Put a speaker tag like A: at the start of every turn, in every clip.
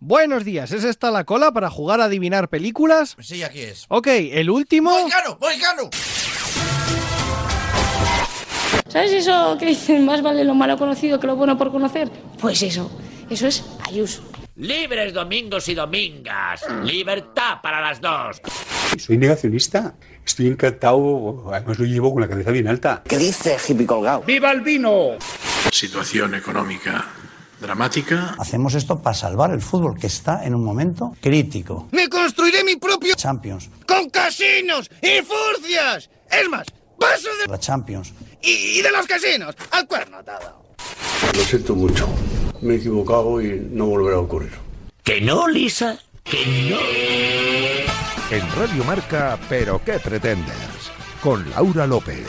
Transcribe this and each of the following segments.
A: Buenos días, ¿es esta la cola para jugar a adivinar películas?
B: Sí, aquí es.
A: Ok, el
B: ¡Oh!
A: último.
B: ¡Moicano! ¡Moicano!
C: ¿Sabes eso que dicen más vale lo malo conocido que lo bueno por conocer? Pues eso, eso es Ayuso.
D: Libres domingos y domingas. Libertad para las dos.
E: Soy negacionista. Estoy encantado. Además lo llevo con la cabeza bien alta.
F: ¿Qué dice, hippie colgado?
D: ¡Viva el vino!
G: Situación económica dramática.
H: Hacemos esto para salvar el fútbol que está en un momento crítico.
I: Me construiré mi propio
H: Champions.
I: Con casinos y furcias. Es más, paso de
H: la Champions.
I: Y, y de los casinos al cuerno atado.
J: Lo siento mucho. Me he equivocado y no volverá a ocurrir.
D: Que no, Lisa. Que no.
K: En Radio Marca, pero qué pretendes. Con Laura López.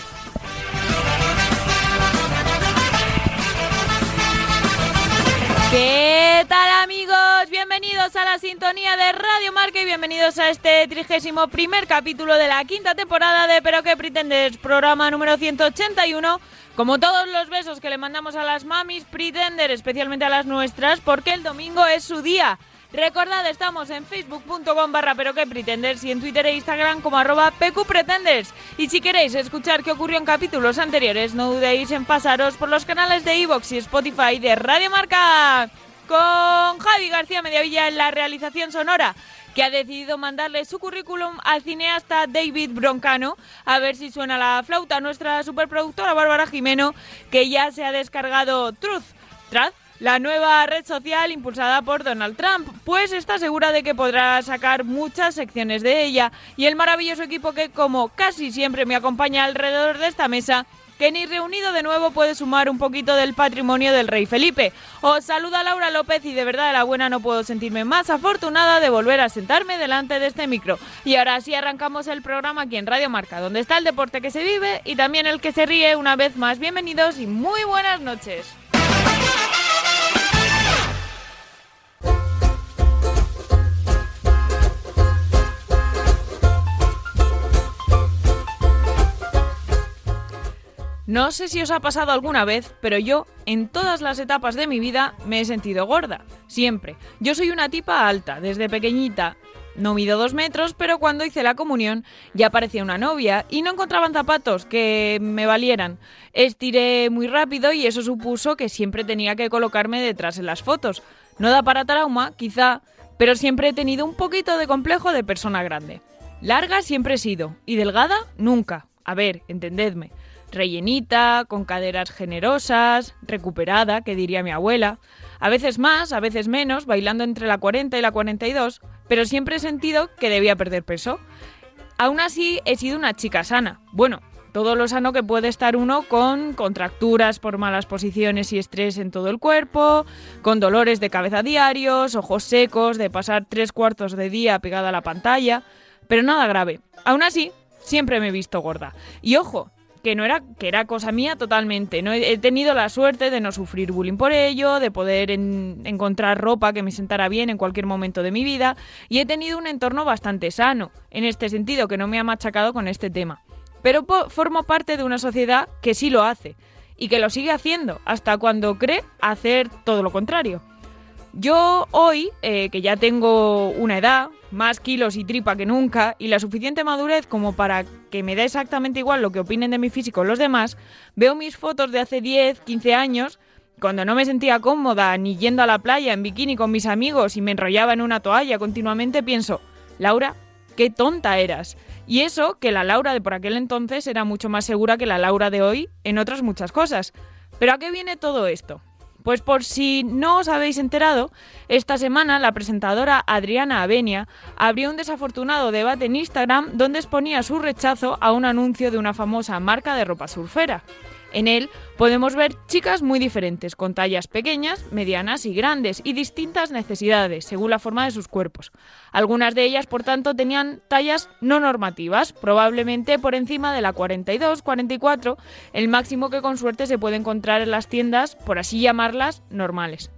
L: ¿Qué tal amigos? Bienvenidos a la sintonía de Radio Marca y bienvenidos a este trigésimo primer capítulo de la quinta temporada de Pero qué pretendes, programa número 181. Como todos los besos que le mandamos a las mamis pretender, especialmente a las nuestras, porque el domingo es su día. Recordad, estamos en facebook.com barra pero que pretenders y en Twitter e Instagram como arroba pqpretenders. Y si queréis escuchar qué ocurrió en capítulos anteriores, no dudéis en pasaros por los canales de iVoox y Spotify de Radio Marca. Con Javi García Mediavilla en la realización sonora, que ha decidido mandarle su currículum al cineasta David Broncano, a ver si suena la flauta nuestra superproductora Bárbara Jimeno, que ya se ha descargado Truth, Truth, la nueva red social impulsada por Donald Trump, pues está segura de que podrá sacar muchas secciones de ella. Y el maravilloso equipo que, como casi siempre, me acompaña alrededor de esta mesa, que ni reunido de nuevo puede sumar un poquito del patrimonio del rey Felipe. Os saluda Laura López y de verdad de la buena no puedo sentirme más afortunada de volver a sentarme delante de este micro. Y ahora sí arrancamos el programa aquí en Radio Marca, donde está el deporte que se vive y también el que se ríe una vez más. Bienvenidos y muy buenas noches. No sé si os ha pasado alguna vez, pero yo, en todas las etapas de mi vida, me he sentido gorda. Siempre. Yo soy una tipa alta, desde pequeñita. No mido dos metros, pero cuando hice la comunión ya parecía una novia y no encontraban zapatos que me valieran. Estiré muy rápido y eso supuso que siempre tenía que colocarme detrás en las fotos. No da para trauma, quizá, pero siempre he tenido un poquito de complejo de persona grande. Larga siempre he sido y delgada nunca. A ver, entendedme rellenita, con caderas generosas, recuperada, que diría mi abuela, a veces más, a veces menos, bailando entre la 40 y la 42, pero siempre he sentido que debía perder peso. Aún así, he sido una chica sana. Bueno, todo lo sano que puede estar uno con contracturas por malas posiciones y estrés en todo el cuerpo, con dolores de cabeza diarios, ojos secos, de pasar tres cuartos de día pegada a la pantalla, pero nada grave. Aún así, siempre me he visto gorda. Y ojo, que no era que era cosa mía totalmente. No he, tenido la suerte de no sufrir bullying por ello, de poder en, encontrar ropa que me sentara bien en cualquier momento de mi vida y he tenido un entorno bastante sano en este sentido que no me ha machacado con este tema. Pero po formo parte de una sociedad que sí lo hace y que lo sigue haciendo hasta cuando cree hacer todo lo contrario. Yo hoy, eh, que ya tengo una edad, más kilos y tripa que nunca, y la suficiente madurez como para que me da exactamente igual lo que opinen de mi físico los demás, veo mis fotos de hace 10, 15 años, cuando no me sentía cómoda ni yendo a la playa en bikini con mis amigos y me enrollaba en una toalla continuamente, pienso, Laura, qué tonta eras. Y eso que la Laura de por aquel entonces era mucho más segura que la Laura de hoy en otras muchas cosas. Pero ¿a qué viene todo esto? Pues por si no os habéis enterado, esta semana la presentadora Adriana Avenia abrió un desafortunado debate en Instagram donde exponía su rechazo a un anuncio de una famosa marca de ropa surfera. En él podemos ver chicas muy diferentes, con tallas pequeñas, medianas y grandes, y distintas necesidades, según la forma de sus cuerpos. Algunas de ellas, por tanto, tenían tallas no normativas, probablemente por encima de la 42-44, el máximo que con suerte se puede encontrar en las tiendas, por así llamarlas, normales.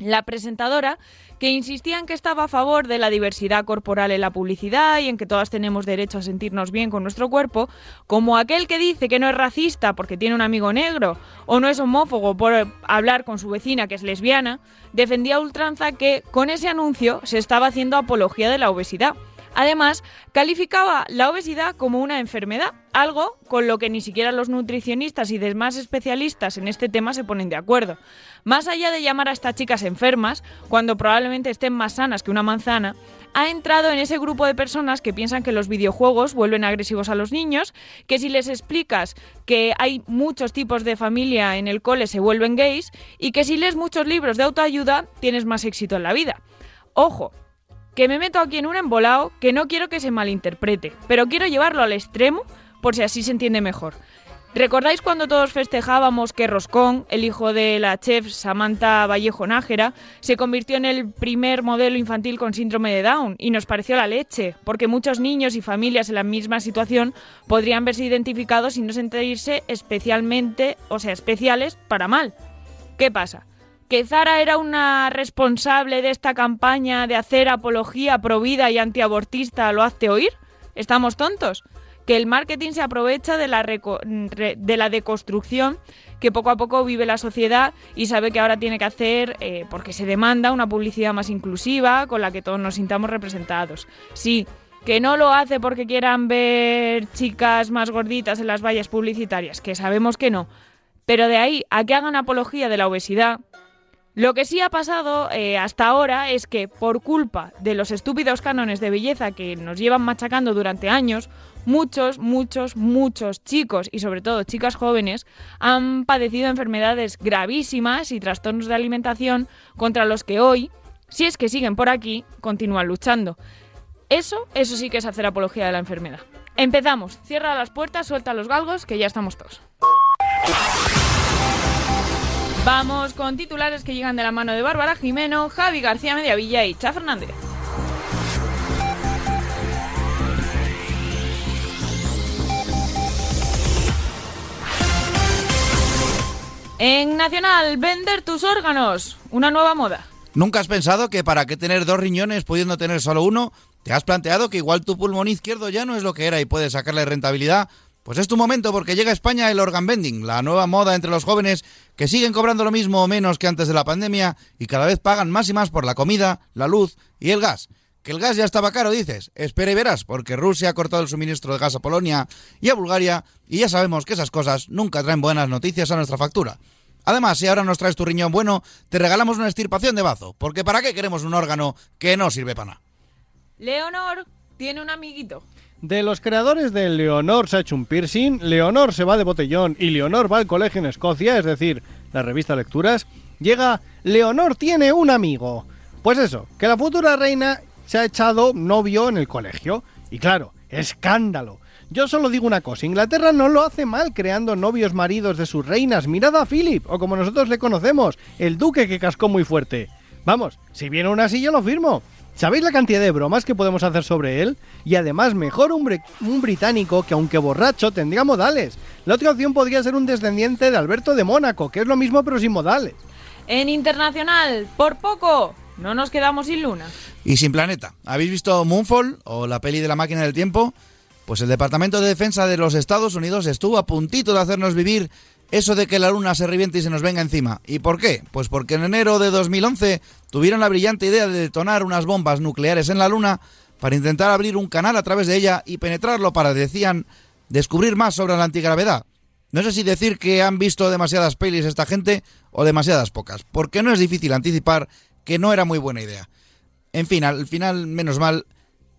L: la presentadora, que insistía en que estaba a favor de la diversidad corporal en la publicidad y en que todas tenemos derecho a sentirnos bien con nuestro cuerpo, como aquel que dice que no es racista porque tiene un amigo negro o no es homófobo por eh, hablar con su vecina que es lesbiana, defendía a ultranza que con ese anuncio se estaba haciendo apología de la obesidad. Además, calificaba la obesidad como una enfermedad, algo con lo que ni siquiera los nutricionistas y demás especialistas en este tema se ponen de acuerdo. Más allá de llamar a estas chicas enfermas, cuando probablemente estén más sanas que una manzana, ha entrado en ese grupo de personas que piensan que los videojuegos vuelven agresivos a los niños, que si les explicas que hay muchos tipos de familia en el cole se vuelven gays y que si lees muchos libros de autoayuda tienes más éxito en la vida. Ojo, que me meto aquí en un embolado que no quiero que se malinterprete, pero quiero llevarlo al extremo por si así se entiende mejor. ¿Recordáis cuando todos festejábamos que Roscón, el hijo de la chef Samantha Vallejo Nájera, se convirtió en el primer modelo infantil con síndrome de Down y nos pareció la leche? Porque muchos niños y familias en la misma situación podrían verse identificados y no sentirse especialmente, o sea, especiales para mal. ¿Qué pasa? ¿Que Zara era una responsable de esta campaña de hacer apología provida y antiabortista? ¿Lo hazte oír? ¿Estamos tontos? ¿Que el marketing se aprovecha de la, reco- re- de la deconstrucción que poco a poco vive la sociedad y sabe que ahora tiene que hacer, eh, porque se demanda, una publicidad más inclusiva con la que todos nos sintamos representados? Sí, que no lo hace porque quieran ver chicas más gorditas en las vallas publicitarias, que sabemos que no. Pero de ahí a que hagan apología de la obesidad, lo que sí ha pasado eh, hasta ahora es que, por culpa de los estúpidos cánones de belleza que nos llevan machacando durante años, muchos, muchos, muchos chicos y sobre todo chicas jóvenes han padecido enfermedades gravísimas y trastornos de alimentación contra los que hoy, si es que siguen por aquí, continúan luchando. Eso, eso sí que es hacer apología de la enfermedad. Empezamos. Cierra las puertas, suelta los galgos, que ya estamos todos. Vamos con titulares que llegan de la mano de Bárbara Jimeno, Javi García Mediavilla y Cha Fernández. En Nacional, vender tus órganos, una nueva moda.
B: ¿Nunca has pensado que para qué tener dos riñones pudiendo tener solo uno? ¿Te has planteado que igual tu pulmón izquierdo ya no es lo que era y puedes sacarle rentabilidad? Pues es tu momento porque llega a España el organ vending, la nueva moda entre los jóvenes que siguen cobrando lo mismo o menos que antes de la pandemia y cada vez pagan más y más por la comida, la luz y el gas. Que el gas ya estaba caro, dices. Espera y verás, porque Rusia ha cortado el suministro de gas a Polonia y a Bulgaria y ya sabemos que esas cosas nunca traen buenas noticias a nuestra factura. Además, si ahora nos traes tu riñón bueno, te regalamos una extirpación de bazo, porque ¿para qué queremos un órgano que no sirve para nada?
L: Leonor tiene un amiguito.
A: De los creadores de Leonor se ha hecho un piercing, Leonor se va de botellón y Leonor va al colegio en Escocia, es decir, la revista Lecturas, llega Leonor tiene un amigo. Pues eso, que la futura reina se ha echado novio en el colegio. Y claro, escándalo. Yo solo digo una cosa, Inglaterra no lo hace mal creando novios maridos de sus reinas. Mirad a Philip, o como nosotros le conocemos, el duque que cascó muy fuerte. Vamos, si viene aún así yo lo firmo. ¿Sabéis la cantidad de bromas que podemos hacer sobre él? Y además, mejor un, bre- un británico que, aunque borracho, tendría modales. La otra opción podría ser un descendiente de Alberto de Mónaco, que es lo mismo pero sin modales.
L: En Internacional, por poco, no nos quedamos sin luna.
B: Y sin planeta. ¿Habéis visto Moonfall o la peli de la máquina del tiempo? Pues el Departamento de Defensa de los Estados Unidos estuvo a puntito de hacernos vivir eso de que la luna se reviente y se nos venga encima. ¿Y por qué? Pues porque en enero de 2011 tuvieron la brillante idea de detonar unas bombas nucleares en la luna para intentar abrir un canal a través de ella y penetrarlo para, decían, descubrir más sobre la antigravedad. No sé si decir que han visto demasiadas pelis esta gente o demasiadas pocas, porque no es difícil anticipar que no era muy buena idea. En fin, al final, menos mal,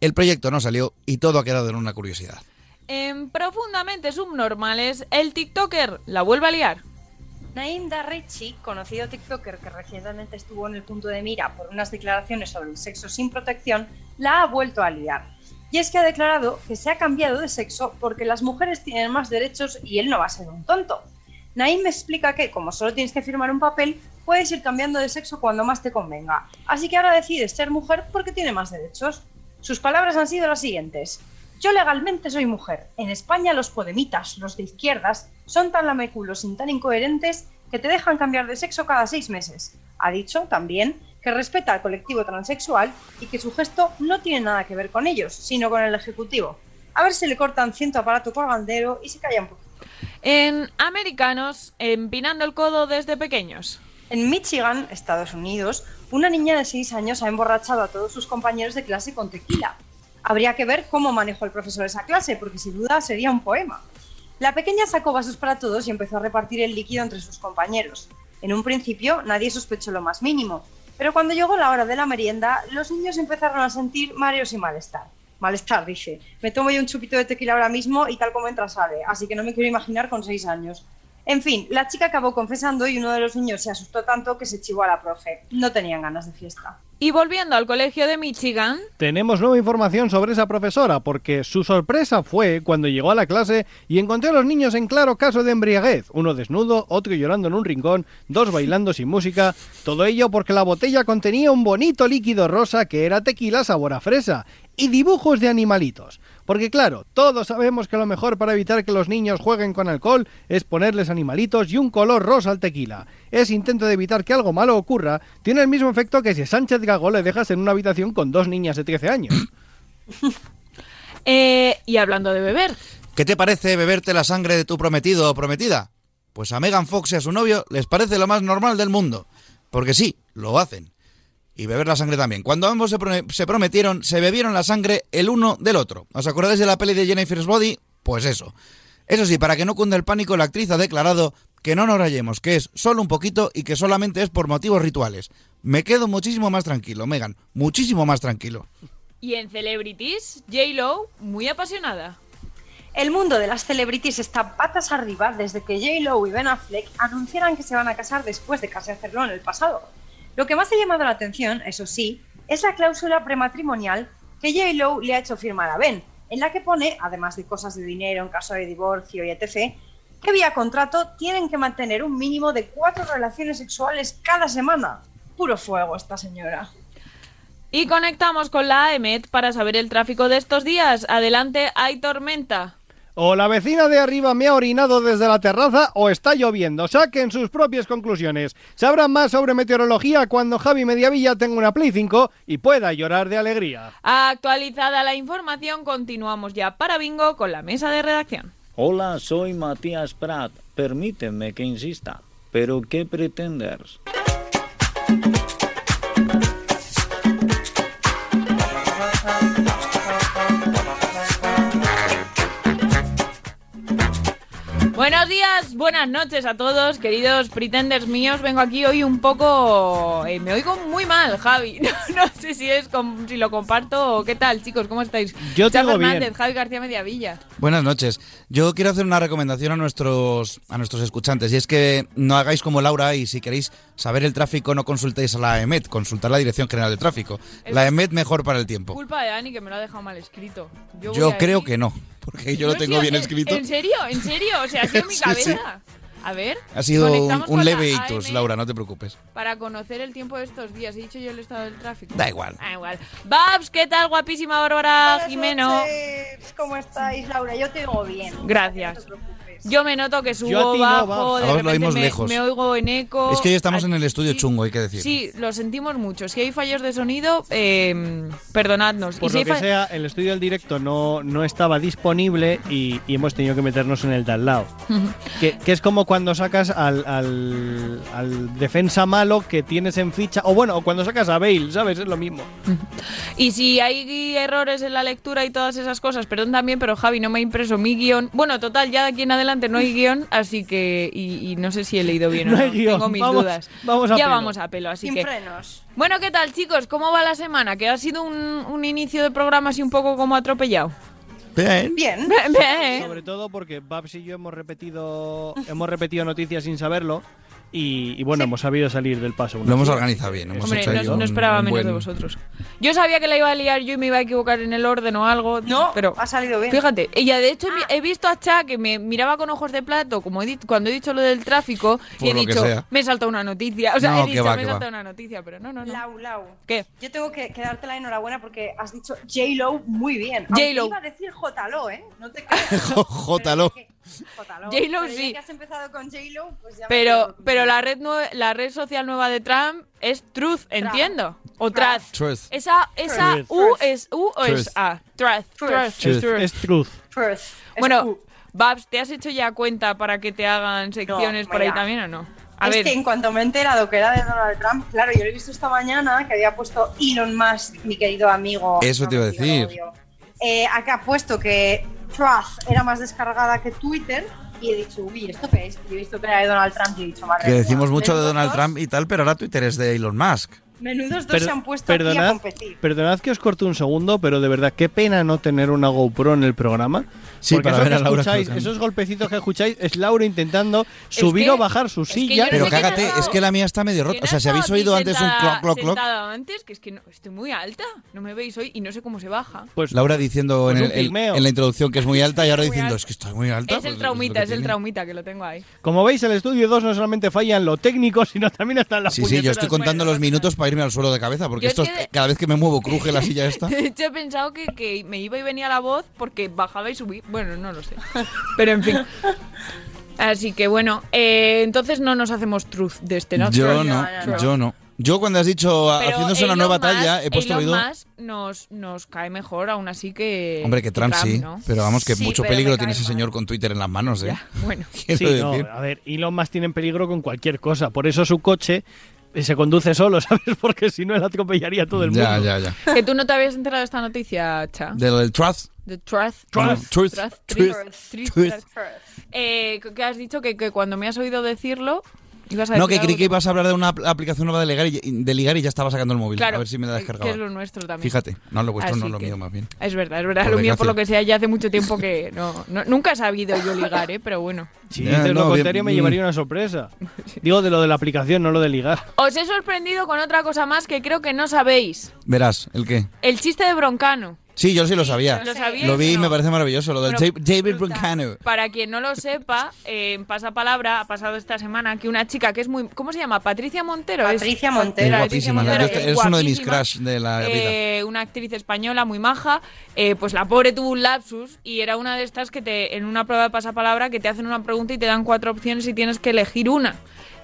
B: el proyecto no salió y todo ha quedado en una curiosidad.
L: En Profundamente Subnormales, el TikToker la vuelve a liar.
F: Naim Darrechi, conocido TikToker que recientemente estuvo en el punto de mira por unas declaraciones sobre el sexo sin protección, la ha vuelto a liar. Y es que ha declarado que se ha cambiado de sexo porque las mujeres tienen más derechos y él no va a ser un tonto. Naim explica que, como solo tienes que firmar un papel, puedes ir cambiando de sexo cuando más te convenga. Así que ahora decides ser mujer porque tiene más derechos. Sus palabras han sido las siguientes. Yo legalmente soy mujer. En España los podemitas, los de izquierdas, son tan lameculos y tan incoherentes que te dejan cambiar de sexo cada seis meses. Ha dicho también que respeta al colectivo transexual y que su gesto no tiene nada que ver con ellos, sino con el Ejecutivo. A ver si le cortan ciento aparato propagandero y se callan un poco.
L: En americanos, empinando el codo desde pequeños.
F: En Michigan, Estados Unidos, una niña de 6 años ha emborrachado a todos sus compañeros de clase con tequila. Habría que ver cómo manejó el profesor esa clase, porque sin duda sería un poema. La pequeña sacó vasos para todos y empezó a repartir el líquido entre sus compañeros. En un principio nadie sospechó lo más mínimo, pero cuando llegó la hora de la merienda, los niños empezaron a sentir mareos y malestar. Malestar, dice. Me tomo yo un chupito de tequila ahora mismo y tal como entra sale, así que no me quiero imaginar con 6 años. En fin, la chica acabó confesando y uno de los niños se asustó tanto que se chivó a la profe. No tenían ganas de fiesta.
L: Y volviendo al colegio de Michigan,
A: Tenemos nueva información sobre esa profesora, porque su sorpresa fue cuando llegó a la clase y encontró a los niños en claro caso de embriaguez, uno desnudo, otro llorando en un rincón, dos bailando sin música, todo ello porque la botella contenía un bonito líquido rosa que era tequila sabor a fresa y dibujos de animalitos. Porque claro, todos sabemos que lo mejor para evitar que los niños jueguen con alcohol es ponerles animalitos y un color rosa al tequila. Ese intento de evitar que algo malo ocurra tiene el mismo efecto que si a Sánchez Gago le dejas en una habitación con dos niñas de 13 años.
L: eh, y hablando de beber,
B: ¿Qué te parece beberte la sangre de tu prometido o prometida? Pues a Megan Fox y a su novio les parece lo más normal del mundo. Porque sí, lo hacen. Y beber la sangre también. Cuando ambos se, pro- se prometieron, se bebieron la sangre el uno del otro. ¿Os acordáis de la peli de Jennifer's Body? Pues eso. Eso sí, para que no cunda el pánico, la actriz ha declarado que no nos rayemos, que es solo un poquito y que solamente es por motivos rituales. Me quedo muchísimo más tranquilo, Megan. Muchísimo más tranquilo.
L: y en celebrities, J-Lo, muy apasionada.
F: El mundo de las celebrities está patas arriba desde que J-Lo y Ben Affleck anunciaran que se van a casar después de casi hacerlo en el pasado. Lo que más ha llamado la atención, eso sí, es la cláusula prematrimonial que J-Lo le ha hecho firmar a Ben, en la que pone, además de cosas de dinero en caso de divorcio y etc., que vía contrato tienen que mantener un mínimo de cuatro relaciones sexuales cada semana. Puro fuego esta señora.
L: Y conectamos con la AEMET para saber el tráfico de estos días. Adelante, hay tormenta.
A: O la vecina de arriba me ha orinado desde la terraza o está lloviendo. Saquen sus propias conclusiones. Sabrán más sobre meteorología cuando Javi Mediavilla tenga una Play 5 y pueda llorar de alegría.
L: Actualizada la información, continuamos ya para Bingo con la mesa de redacción.
M: Hola, soy Matías Prat. Permíteme que insista. ¿Pero qué pretendes?
L: Buenos días, buenas noches a todos, queridos pretenders míos. Vengo aquí hoy un poco... eh, me oigo muy mal, Javi. No, no sé si es com- si lo comparto o qué tal, chicos, ¿cómo estáis?
B: Yo te
L: Chava
B: oigo bien. Oh.
L: Hernández, Javi García Mediavilla.
B: Buenas noches. Yo quiero hacer una recomendación a nuestros, a nuestros escuchantes y es que no hagáis como Laura y si queréis saber el tráfico no consultéis a la E EMET, consultad la Dirección General de Tráfico.
L: Es-
B: La E EMET mejor para el tiempo.
L: Culpa de Ani eh, que me lo ha dejado mal escrito. Yo, voy
B: Yo
L: a-
B: creo que no, porque yo lo
L: he
B: tengo
L: sido-
B: bien
L: en-
B: escrito.
L: ¿En serio? ¿En serio? O sea, ha sido mi
B: Sí, sí.
L: cabeza. A ver.
B: Ha sido un,
L: conectamos
B: un
L: con la E
B: leve
L: AM.
B: ictus, Laura, no te preocupes.
L: Para conocer el tiempo de estos días, he dicho yo el estado del tráfico.
B: Da igual.
L: Da igual. Babs, ¿qué tal, guapísima Bárbara Jimeno?
F: noches, ¿Cómo estáis, Laura? Yo te oigo bien.
L: Gracias. Yo me noto que subo
B: Yo a ti no, Babs.
L: bajo, de
B: A vos lo
L: repente
B: oímos
L: me,
B: lejos.
L: me oigo en eco.
B: Es que hoy estamos
L: Ah,
B: en el estudio chungo, hay que decir.
L: Sí, lo sentimos mucho. Si hay fallos de sonido, eh, perdonadnos. Y
A: Por
L: si
A: lo
L: hay
A: que
L: fa-
A: sea, el estudio del directo no, no estaba disponible y, y hemos tenido que meternos en el de al lado. Que, que es como cuando sacas al, al, al defensa malo que tienes en ficha. O bueno, o cuando sacas a Bale, ¿sabes? Es lo mismo.
L: Y si hay errores en la lectura y todas esas cosas, perdón también, pero Javi, no me ha impreso mi guión. Bueno, total, ya de aquí en adelante no hay guión, así que. Y, y no sé si he leído bien
A: No
L: o no.
A: hay guión,
L: Tengo mis
A: vamos-
L: dudas.
A: vamos a
L: ya
A: pelo.
L: vamos a pelo, así
F: Sin
L: que.
F: frenos.
L: Bueno, ¿qué tal, chicos? ¿Cómo va la semana? Que ha sido un, un inicio de programa así un poco como atropellado. Bien. Bien, bien.
A: Sobre todo porque Babs y yo hemos repetido, hemos repetido noticias sin saberlo y, y bueno, hemos sabido salir del paso.
B: Lo hemos organizado bien, hemos
L: Hombre,
B: hecho ahí
L: no,
B: un-
L: no esperaba
B: un
L: menos de
B: buen-
L: vosotros. Yo sabía que la iba a liar yo y me iba a equivocar en el orden o algo. No, pero ha
F: salido bien. Ah.
L: Fíjate, ella de hecho he visto a Cha que me miraba con ojos de plato, como he dicho, cuando he dicho lo del tráfico,
B: Por
L: y he
B: lo que
L: dicho,
B: sea.
L: me he saltado una noticia. O sea,
B: No,
L: he
B: que
L: dicho,
B: va,
L: me
B: que
L: he
B: va.
L: saltado una noticia, pero no, no, no.
F: Lau, Lau.
L: ¿Qué?
F: Yo tengo que, que darte la enhorabuena porque has dicho J-Lo muy bien.
L: J.Lo.
F: Aunque Iba a decir J-Lo, ¿eh? No te
B: Jótalo.
F: Jota,
L: J-Lo
F: pero ya
L: sí.
F: que has empezado con J-Lo, pues ya me
L: Pero,
F: quedo con-
L: pero la red nue- la red social nueva de Trump es Truth, entiendo. O Truth.
B: Truth.
L: Esa, esa
A: Truth.
L: U es U o
A: Truth.
L: es A. Truth. Truth.
A: Es, es truth.
L: Bueno, Babs, ¿te has hecho ya cuenta para que te hagan secciones por ahí
F: mira.
L: también o no? A
F: es
L: ver.
F: que en cuanto me he enterado que era de Donald Trump, claro, yo lo he visto esta mañana que había puesto Elon Musk, mi querido amigo.
B: Eso te iba a decir.
F: Eh, acá ha puesto que Truth era más descargada que Twitter y he dicho, uy, ¿esto qué es? Y he visto que era de Donald Trump y he dicho, madre
B: Que
F: mía,
B: decimos mucho de
F: menudos
B: Donald
F: dos-
B: Trump y tal, pero ahora Twitter es de Elon Musk.
F: Menudos dos
A: Per-
F: se han puesto aquí a
A: perdonad,
F: competir.
A: perdonad que os corte un segundo, pero de verdad, qué pena no tener una GoPro en el programa.
B: Sí,
A: porque
B: para
A: eso
B: ver
A: que
B: a Laura
A: escucháis,
B: cruzando.
A: esos golpecitos que escucháis es Laura intentando subir
L: que-
A: o bajar su silla.
L: yo no
B: Pero
L: sé qué
B: cágate,
L: tal.
B: es que la mía está medio
L: Yo
B: rota.
L: no
B: O sea, si habéis
L: estaba
B: oído
L: aquí
B: antes un
L: sentada-
B: clock, clock, clock.
L: sentada antes, que es que no- estoy muy alta. No me veis hoy y no sé cómo se baja.
A: Pues
B: Laura diciendo
A: pues
B: en,
A: un
B: el- el-
A: pigmeo.
B: en la introducción que es muy alta y ahora
L: Muy
B: diciendo
L: alta.
B: es que estoy muy alta.
L: es
B: pues
L: el
B: lo
L: traumita,
B: que
L: es el
B: tiene.
L: traumita que lo tengo ahí.
A: Como veis, el estudio 2 no solamente falla en lo técnico, sino también hasta en la
B: Sí, sí, yo estoy contando los minutos para irme al suelo de cabeza porque
L: Yo
B: esto
L: es
B: es-
L: que-
B: cada vez que me muevo cruje la silla esta.
L: De hecho, he pensado que, que me iba y venía la voz porque bajaba y subía. Bueno, no lo sé. Pero en fin. Así que bueno, eh, entonces no nos hacemos truth de este, ¿no?
B: Yo
L: Truth.
B: no, yo no. Yo cuando has dicho a-
L: Pero
B: haciéndose una
L: Elon
B: nueva
L: Musk-
B: talla he puesto
L: Elon
B: oído.
L: Musk nos, nos cae mejor, aún así que.
B: Hombre, que Trump, sí,
L: ¿no?
B: pero vamos que
L: Sí,
B: mucho
L: pero me
B: peligro
L: cae
B: tiene ese señor con Twitter en las manos, ¿eh?
L: Bueno.
B: Quiero
A: Sí, no,
B: decir.
A: a ver, Elon Musk tiene en peligro con cualquier cosa. Por eso su coche eh, se conduce solo, ¿sabes? Porque si no, él atropellaría a todo el
B: Ya,
A: mundo.
B: ya, ya.
L: Que tú no te habías enterado de esta noticia, Cha.
B: De lo del trust.
L: The truth.
B: Truth. Truth.
L: Truth.
B: Truth.
L: Truth.
B: Truth.
L: Truth. Eh, que has dicho que, que cuando me has oído decirlo, ibas a decir
B: No, que
L: algo
B: creí que ibas a hablar de una apl- aplicación nueva de ligar y, de ligar y ya estaba sacando el móvil.
L: Claro,
B: a ver si me la
L: que-
B: descargaba.
L: que es lo nuestro también.
B: Fíjate, no lo vuestro,
L: Así
B: no lo
L: que-
B: mío más bien.
L: Es verdad, es verdad.
B: Por
L: lo mío,
B: desgracia.
L: por lo que sea, ya hace mucho tiempo que no, no- nunca he sabido yo ligar, ¿eh? Pero bueno.
A: Si
B: Ya,
A: dices lo
B: no, bien,
A: contrario, me
B: mm.
A: llevaría una sorpresa. Digo de lo de la aplicación, no lo de ligar.
L: Os he sorprendido con otra cosa más que creo que no sabéis.
B: Verás, ¿el qué?
L: El chiste de Broncano.
B: Sí, yo sí lo sabía.
L: ¿Lo sabíais
B: Lo vi
L: o
B: y
L: no?
B: me parece maravilloso, lo del
L: Pero-
B: Ja- David Broncano.
L: Para quien no lo sepa, eh, en Pasapalabra ha pasado esta semana que una chica que es muy... ¿Cómo se llama? Patricia Montero. es-
F: Patricia
B: Es
F: Montero.
L: Patricia
B: guapísima.
L: Montero,
B: yo-
L: es
B: es uno de mis
L: guapísima.
B: crush de la vida.
L: Eh, una actriz española muy maja, eh, pues la pobre tuvo un lapsus y era una de estas que te, en una prueba de pasapalabra que te hacen una pregunta y te dan cuatro opciones y tienes que elegir una.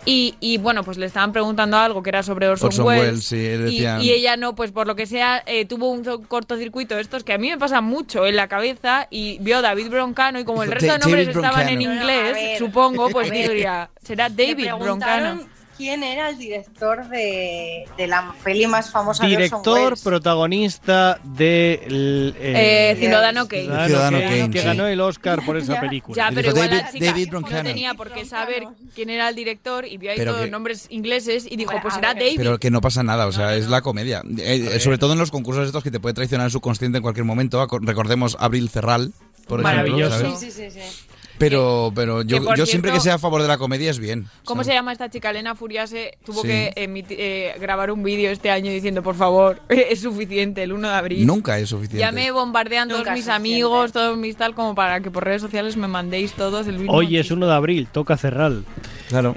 L: Y, y, bueno, pues le estaban preguntando algo que era sobre Orson,
B: Orson
L: Welles.
B: Welles, sí,
L: y-
B: decían-
L: y, ella no, pues por lo que sea, eh, tuvo un zo- cortocircuito de estos que a mí me pasa mucho en la cabeza y vio David Broncano y como el
B: Dijo,
L: resto de
B: "Da- David
L: nombres estaban en
B: Broncano".
L: inglés,
F: Bueno, a ver,
L: supongo, pues
F: a ver.
L: diría, será
F: Le
L: David
F: preguntaron
L: Broncano.
F: quién era el director de, de la peli más famosa de Orson
A: Director,
F: Welles.
A: protagonista de el, eh,
L: Eh, Ciudadano Kane.
A: Ciudadano
B: Ciudadano
A: Kane,
B: Kane,
A: que
B: sí.
A: ganó el Oscar por esa película.
L: Ya,
B: Y
L: pero
B: dijo,
L: igual la
B: "David-
L: chica
B: David
L: no
B: Broncano".
L: tenía por qué saber quién era el director y vio ahí
B: Pero
L: todos
B: que-
L: nombres ingleses y dijo, pues será David.
B: Pero que no pasa nada, o sea, es la comedia. Eh,
A: ver.
B: sobre todo en los concursos estos que te puede traicionar el subconsciente en cualquier momento. Aco- Recordemos Abril Cerral, por
A: Maravilloso.
B: ejemplo. ¿sabes?
F: Sí, sí, sí, sí.
B: Pero, pero yo,
L: que por
B: yo siempre
L: cierto-
B: que sea a favor de la comedia es bien.
L: ¿Cómo
B: ¿sabes?
L: se llama esta chica? Elena Furiase tuvo
B: Sí.
L: que emiti- eh, grabar un vídeo este año diciendo, por favor, es suficiente el 1 de abril.
B: Nunca es suficiente.
L: Ya me bombardean todos
F: Nunca es
L: mis
F: suficiente.
L: amigos, todos mis tal, como para que por redes sociales me mandéis todos el mismo
A: Hoy es
L: chiste.
A: 1 de abril, toca cerral.
B: Claro.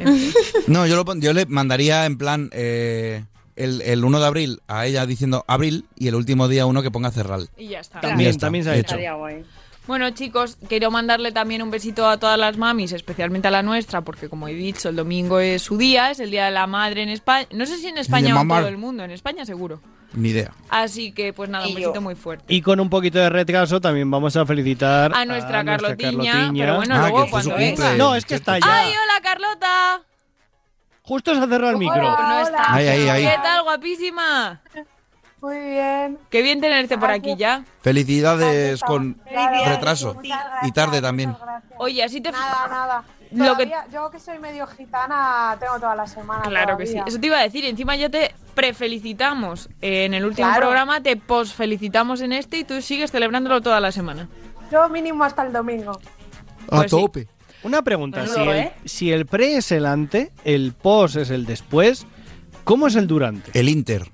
B: No, yo, lo pon- yo le mandaría en plan eh, el, el 1 de abril a ella diciendo abril y el último día uno que ponga cerral.
L: Y ya está.
A: También,
B: Ya está,
A: también se ha hecho.
F: Estaría guay.
L: Bueno, chicos, quiero mandarle también un besito a todas las mamis, especialmente a la nuestra, porque como he dicho, el domingo es su día, es el Día de la Madre en España. No sé si en España o en
B: mamar.
L: todo el mundo, en España seguro.
B: Ni idea.
L: Así que, pues nada, un
F: Y
L: besito
F: yo.
L: muy fuerte.
A: Y con un poquito de retraso también vamos a felicitar
L: A nuestra Carlotiña, pero bueno,
B: Ah,
L: luego
B: que fue su
L: cuando
B: cumple.
L: venga.
A: No, es que está ya.
L: ¡Ay, hola, Carlota!
A: Justo se ha cerrado el micro.
L: Pero no está.
B: Ahí, ahí, ahí.
L: ¿Qué tal, guapísima?
N: Muy bien.
L: Qué bien tenerte por aquí ya.
B: Felicidades con
N: Gracias.
B: retraso.
N: Muchas gracias,
B: Y tarde también.
N: muchas gracias.
L: Oye, así te...
N: Nada, nada.
L: Lo que-
N: Todavía- Yo que soy medio gitana, tengo toda la semana.
L: Claro que sí.
N: todavía.
L: Eso te iba a decir. Encima ya te prefelicitamos eh, en el último
N: Claro.
L: programa, te posfelicitamos en este y tú sigues celebrándolo toda la semana.
N: Yo mínimo hasta el domingo.
B: A tope.
A: Una pregunta,
F: Menudo,
A: si, el,
F: ¿eh?
A: si el pre es el ante, el post es el después, ¿cómo es el durante?
B: El Inter.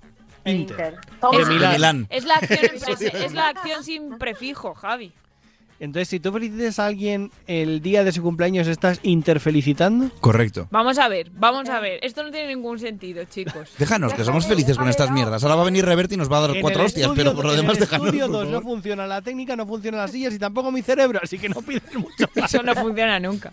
F: El
A: Inter.
F: Inter. Toma.
A: De Milán.
B: Milán.
L: Es la acción, en frase, es la acción sin prefijo, Javi.
A: Entonces, si tú felicitas a alguien el día de su cumpleaños, ¿estás interfelicitando?
B: Correcto.
L: Vamos a ver, vamos a ver. Esto no tiene ningún sentido, chicos.
B: Déjanos, que somos felices con estas mierdas. Ahora va a venir Reverte y nos va a dar
A: En
B: cuatro
A: el
B: hostias,
A: estudio-
B: pero por lo
A: en el
B: demás déjanos.
A: estudio
B: por
A: dos no
B: favor.
A: funciona la técnica, no funcionan las sillas y tampoco mi cerebro, así que no pidas mucho.
L: Eso no funciona nunca.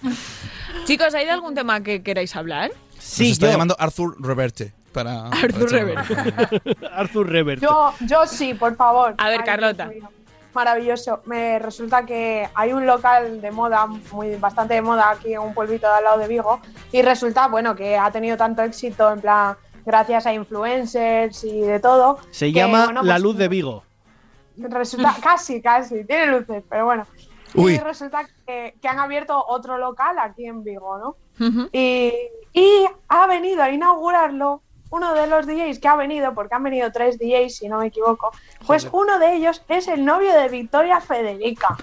L: Chicos, ¿hay de algún tema que queráis hablar?
B: Sí, Nos Pues está llamando Arthur Reverte. Para,
L: Arthur
B: para-
L: Reverte.
A: Arthur Reverte.
N: Yo, yo sí, por favor.
L: A ver,
N: Ay,
L: Carlota.
N: Dios mío. Maravilloso. Me resulta que hay un local de moda, muy bastante de moda aquí en un pueblito de al lado de Vigo, y resulta, bueno, que ha tenido tanto éxito, en plan, gracias a influencers y de todo.
A: Se
N: que,
A: llama
N: bueno,
A: La
N: pues,
A: Luz de Vigo.
N: Resulta, casi, casi, tiene luces, pero bueno.
A: Uy.
N: Y resulta que, que han abierto otro local aquí en Vigo, ¿no? Y, y ha venido a inaugurarlo uno de los DJs que ha venido, porque han venido tres DJs, si no me equivoco. Pues
B: Joder.
N: uno de ellos es el novio de Victoria Federica.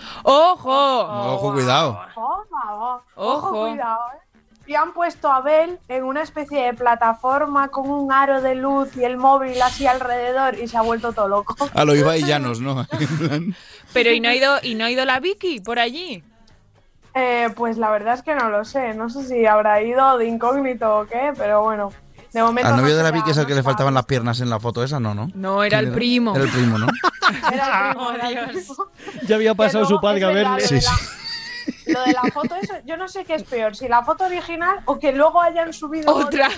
L: ¡Ojo!
B: Ojo, cuidado.
N: Por favor.
L: Ojo.
N: Ojo, cuidado, ¿eh? Y han puesto a Bel en una especie de plataforma con un aro de luz y el móvil así alrededor y se ha vuelto todo loco.
B: A lo Ibai Llanos, ¿no? En plan,
L: Pero ¿y no ha ido, y no ha ido la Vicky por allí?
N: Eh, pues la verdad es que no lo sé. No sé si habrá ido de incógnito o qué, pero bueno. De momento.
B: Al
N: no
B: novio de la
N: será-
B: Vicky es al que le faltaban las piernas en la foto esa, ¿no? No,
L: No, era el
B: ¿Quién
L: primo.
B: Era el primo, ¿no?
N: Era el primo, era el primo.
A: Ya había pasado
N: luego
A: su padre a
N: es verdad,
A: verle.
N: lo de la- Lo de la foto, eso, yo no sé qué es peor, si la foto original o que luego hayan subido otra.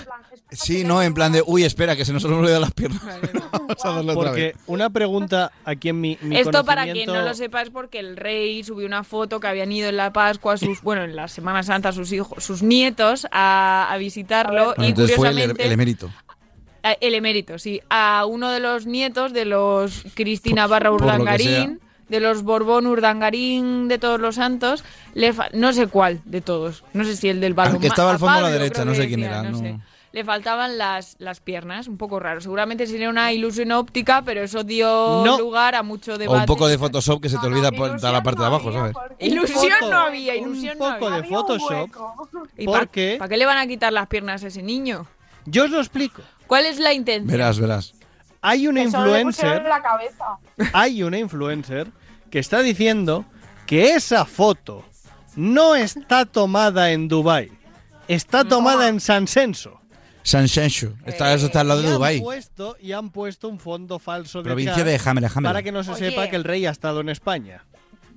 B: Sí, no, en plan de, uy, espera, que se nos han olvidado las piernas. Vamos a darle otra vez.
A: Porque una pregunta aquí en mi, mi
L: Esto para quien
A: conocimiento-
L: no lo sepa es porque el rey subió una foto que habían ido en la Pascua, sus, bueno, en la Semana Santa, sus hijos, sus nietos a, a visitarlo y
B: Pues Entonces fue el, er-
L: curiosamente
B: el emérito.
L: a- el emérito, sí, a uno de los nietos de los Cristina Barra
B: por lo que
L: Urdangarín, de los Borbón Urdangarín, de todos los santos, le fa- no sé cuál de todos, no sé si el del balón.
B: Al que estaba al fondo a la derecha, no sé quién era. no.
L: Le faltaban las, las piernas, un poco raro. Seguramente sería una ilusión óptica, pero eso dio
B: No.
L: lugar a mucho
B: O
L: debate.
B: un poco de Photoshop que se te olvida por toda la parte de abajo, ¿sabes?
L: Ilusión
A: Un
L: no
A: poco-
L: había, ilusión
A: un
L: no
A: poco
L: había.
A: de Photoshop.
L: ¿Y para
A: Porque
L: qué le van a quitar las piernas a ese niño?
A: yo os lo explico.
L: ¿Cuál es la intención?
B: Verás, verás.
A: Hay una
N: Eso le pusieron
A: influencer,
N: en la cabeza.
A: hay una influencer que está diciendo que esa foto no está tomada en Dubai, está tomada en San Censo.
B: San Shenshu. Está, eso está al lado de
A: Y han
B: Dubai.
A: puesto- y han puesto un fondo falso de
B: Provincia
A: Chad
B: de Jamela, Jamela.
A: para que no se
F: Oye.
A: sepa que el rey ha estado en España.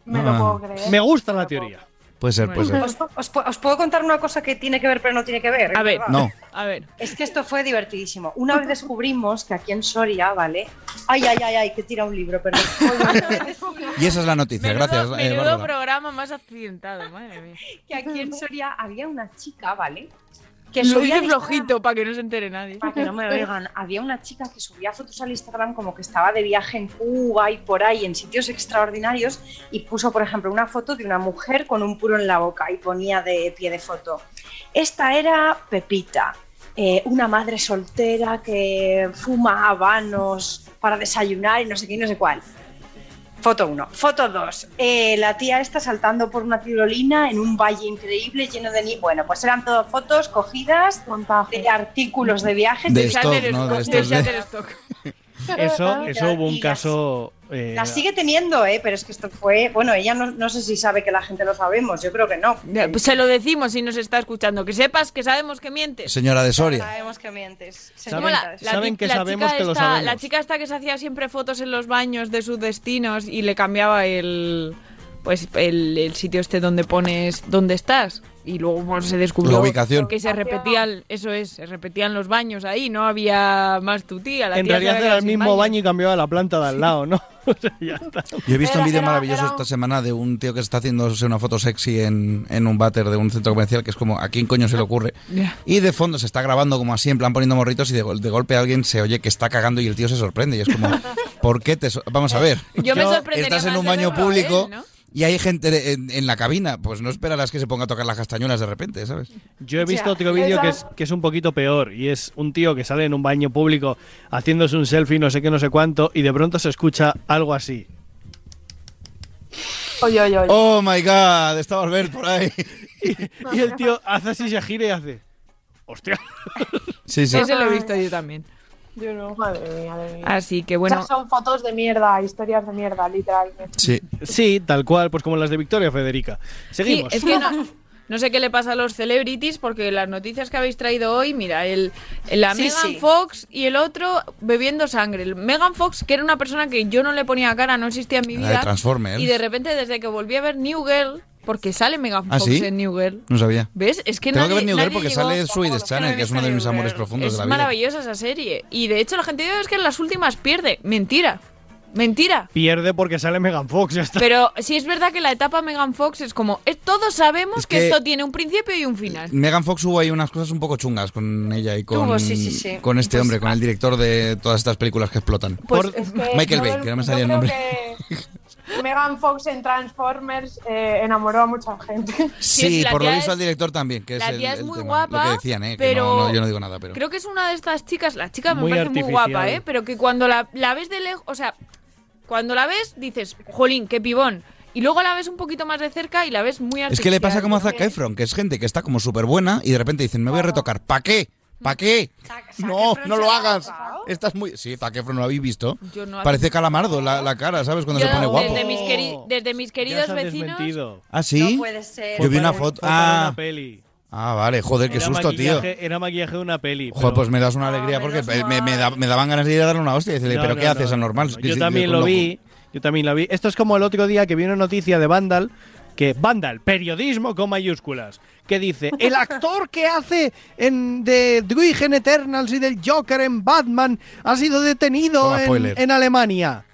N: Me
K: Ah.
B: lo puedo
N: creer.
A: Me gusta la teoría.
B: Ah. Puede ser, puede ser.
F: Os, os pu- os puedo contar una cosa que tiene que ver, pero no tiene que ver. A ver,
B: No.
L: A ver.
F: Es que esto fue divertidísimo. Una vez descubrimos que aquí en Soria, ¿vale? Ay, ay, ay, ay, que tira un libro, perdón.
B: Y esa es la noticia. Gracias, eh,
L: Menudo
B: Bárbara.
L: programa más accidentado, madre mía.
F: que aquí en Soria había una chica, ¿vale? Que
L: Lo
F: subía
L: dice
F: al
L: flojito para que no se entere nadie.
F: Para que no me oigan, había una chica que subía fotos al Instagram como que estaba de viaje en Cuba y por ahí, en sitios extraordinarios, y puso, por ejemplo, una foto de una mujer con un puro en la boca y ponía de pie de foto. Esta era Pepita, eh, una madre soltera que fuma habanos para desayunar y no sé qué, y no sé cuál. Foto 1. Foto 2. la tía está saltando por una tirolina en un valle increíble lleno de nieve. Bueno, pues eran todas fotos cogidas de artículos de viajes.
B: De
F: del
B: stock, ¿no? De estos de-
A: Eso, eso hubo un
F: Y las-
A: caso. eh,
F: La sigue teniendo, ¿eh? pero es que esto fue. Bueno, ella no, no sé si sabe que la gente lo sabemos, yo creo que no.
L: Ya, pues se lo decimos si nos está escuchando. Que sepas que sabemos que mientes.
B: Señora de Soria.
F: Sabemos que mientes.
L: Es como la- la
A: saben
L: ti-
A: que
L: la
A: sabemos
L: chica
A: que lo
L: esta-
A: sabemos.
L: La chica esta que se hacía siempre fotos en los baños de sus destinos y le cambiaba el pues el, el sitio este donde pones dónde estás y luego pues, se descubrió
B: La ubicación.
L: que se repetían eso es se repetían los baños ahí no había más tu tía la
A: en
L: tía se
A: realidad
L: había
A: era
L: quedado
A: el
L: sin
A: mismo
L: baño.
A: baño. y cambiaba la planta de al lado, ¿no? O sea, ya está.
B: Yo he visto un
A: Era-
B: vídeo
A: era-
B: maravilloso
A: era-
B: esta semana de un tío que está haciéndose una foto sexy en, en un váter de un centro comercial que es como, ¿a quién coño se le ocurre?
L: Ya.
B: Y de fondo se está grabando como así, en plan poniendo morritos y de, gol- de golpe alguien se oye que está cagando y el tío se sorprende. Y es como, ¿por qué te... so- Vamos a ver.
L: Eh, Yo me sorprendería
B: Estás en
L: más
B: un
L: de
B: baño
L: verlo a él,
B: público
L: ¿no?
B: y hay gente de- en, en la cabina. Pues no esperarás que se ponga a tocar las castañuelas de repente, ¿sabes?
A: Yo he visto
B: sea,
A: otro vídeo que es,
B: esas-
A: que es un poquito peor y es un tío que sale en un baño público haciéndose un selfie, no sé qué, no sé cuánto, y de pronto se escucha algo así.
N: Oye, oye, oye.
B: Oh my god, estaba Albert por ahí.
A: Y el tío hace así, se gira y Ah. hace. ¡Hostia!
B: Sí, sí.
L: Ese lo he visto yo también
N: Yo no, madre mía, madre mía.
L: Así que bueno.
N: O sea, son fotos de mierda, historias de mierda, literalmente.
B: Sí.
A: Sí, tal cual, pues como las de Victoria Federica. Seguimos.
L: Sí, es que no, no sé qué le pasa a los celebrities porque las noticias que habéis traído hoy, mira, el, la
F: Sí,
L: Megan
F: sí.
L: Fox y el otro bebiendo sangre. El Megan Fox, que era una persona que yo no le ponía cara, no existía en mi
B: La
L: vida.
B: de Transformers.
L: Y de repente, desde que volví a ver New Girl, porque sale Megan
B: ¿Ah,
L: Fox
B: sí?
L: en New Girl.
B: No sabía.
L: ¿Ves? Es que
B: Tengo
L: nadie-
B: que ver New Girl
L: nadie
B: porque
L: llegó-
B: sale Swedish Channel, que es uno de mis amores profundos
L: Es
B: de la vida.
L: maravillosa esa serie. Y de hecho, la gente dice es que en las últimas pierde. Mentira. Mentira.
A: Pierde porque sale Megan Fox, ya está.
L: Pero sí es verdad que la etapa Megan Fox es como, es- todos sabemos
B: Es
L: que,
B: que-
L: esto tiene un principio y un final.
B: Megan Fox hubo ahí unas cosas un poco chungas con ella y con,
L: Tuvo, sí, sí, sí.
B: con este
L: Pues-
B: hombre, con el director de todas estas películas que explotan.
N: Pues es que
B: Michael
N: todo
B: Bay,
N: el-
B: que no me
N: yo
B: salía el
N: creo
B: nombre.
N: que Megan Fox en Transformers eh, enamoró a mucha gente.
B: Sí,
L: la
B: por lo
L: tía
B: visto
L: es-
B: al director también, que es
L: la
B: el,
L: tía es
B: el
L: muy
B: tema,
L: guapa,
B: lo que decían, ¿eh? que
L: pero
B: no- no, yo no digo nada, pero...
L: Creo que es una de estas chicas, la chica me
B: Muy
L: parece
B: artificial.
L: muy guapa, ¿eh? Pero que cuando la, la ves de lejos, o sea, cuando la ves dices, jolín, qué pibón. Y luego la ves un poquito más de cerca y la ves muy artificial.
B: Es que le pasa como a Zac
L: Porque-
B: Efron, que es gente que está como súper buena y de repente dicen, me voy a retocar. ¿Para qué? ¿Para qué? No, no lo hagas. Estás muy... Sí, Zac Efron lo habéis visto.
L: Yo no-
B: Parece calamardo la, la cara, ¿sabes? Cuando
L: Yo
B: se pone guapo.
L: Desde mis, queri- desde mis queridos
A: se ha
L: vecinos.
B: ¿Ah, sí?
L: No puede ser.
B: Yo vi
A: Fue
B: una
A: para-
B: foto...
A: fue para
B: Ah,
A: una peli.
B: ah, vale. Joder, qué
A: Era
B: susto, tío.
A: maquillaje- Era maquillaje de una peli.
B: Joder,
A: pero-
B: pues me das una alegría porque me, me da- me daban ganas de ir a darle una hostia y decirle,
A: No,
B: ¿pero
A: no,
B: qué
A: no,
B: haces
A: no,
B: anormal?
A: no.
B: Que
A: Yo
B: si-
A: también
B: loco.
A: lo vi, yo también la vi. Esto es como el otro día que vi una noticia de Vandal, que Vandal, periodismo con mayúsculas, que dice, el actor que hace en, de Druiden Eternals y del Joker en Batman ha sido detenido
B: Toma,
A: en,
B: spoiler.
A: en Alemania.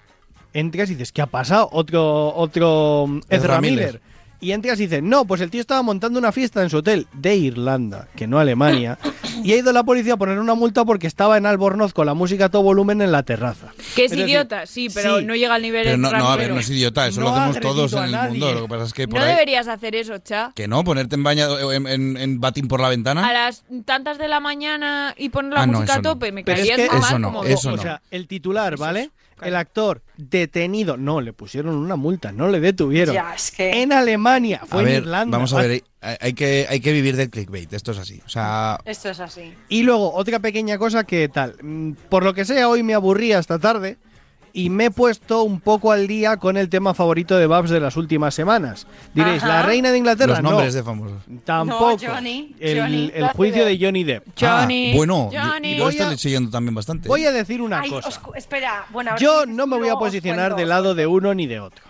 A: Entras y dices, ¿qué ha pasado? Otro, otro mm, Ezra,
B: Ezra
A: Miller.
B: Miller.
A: Y entras y dices, no, pues el tío estaba montando una fiesta en su hotel de Irlanda, que no Alemania, y ha ido la policía a poner una multa porque estaba en Albornoz con la música a todo volumen en la terraza.
L: Que es,
A: Es decir,
L: idiota, sí, pero
A: sí.
L: no llega al nivel
B: Pero
L: de
B: no,
L: Fran
B: no, a ver,
L: Rivero.
B: no es idiota, eso
A: No
B: lo
A: ha
B: hacemos todos
A: agredido
B: en
A: a
B: el
A: nadie.
B: mundo. Lo que pasa es que por
L: No
B: ahí...
L: deberías hacer eso, cha.
B: Que no, ponerte en, baña- en, en- en batín por la
L: A
B: ventana.
L: las tantas de la mañana y poner la
B: Ah, no,
L: música
B: eso
L: a
B: no.
L: tope, me
B: Pero es
L: caerías
B: que-
L: muy mal
B: eso no,
L: como
B: eso
A: O
B: no.
A: sea, el titular, ¿vale? El actor detenido. No, le pusieron una multa, no le detuvieron.
F: Ya, es que-
A: En Alemania, fue
B: a ver,
A: en Irlanda. Ah.
B: vamos a ver, hay, hay que, hay que vivir del clickbait, esto es así. O sea,
F: Esto es así.
A: Y luego, otra pequeña cosa que tal. mm, Por lo que sea, hoy me aburría hasta tarde y me he puesto un poco al día con el tema favorito de Babs de las últimas semanas. Diréis,
F: Ajá.
A: la reina de Inglaterra.
B: los nombres
A: no,
B: de famosos.
A: Tampoco.
F: No, Johnny,
A: el,
F: Johnny.
A: el juicio de Johnny Depp.
B: Ah, bueno, yo-
F: Johnny.
B: yo,
A: Voy
B: estoy
A: a-
B: leyendo también bastante.
A: Voy a decir una
F: Ay,
A: cosa.
F: os cu- espera, bueno, ahora
A: Yo
F: sí,
A: no me voy a
F: luego os
A: posicionar
F: cuento.
A: del lado de uno ni de otro.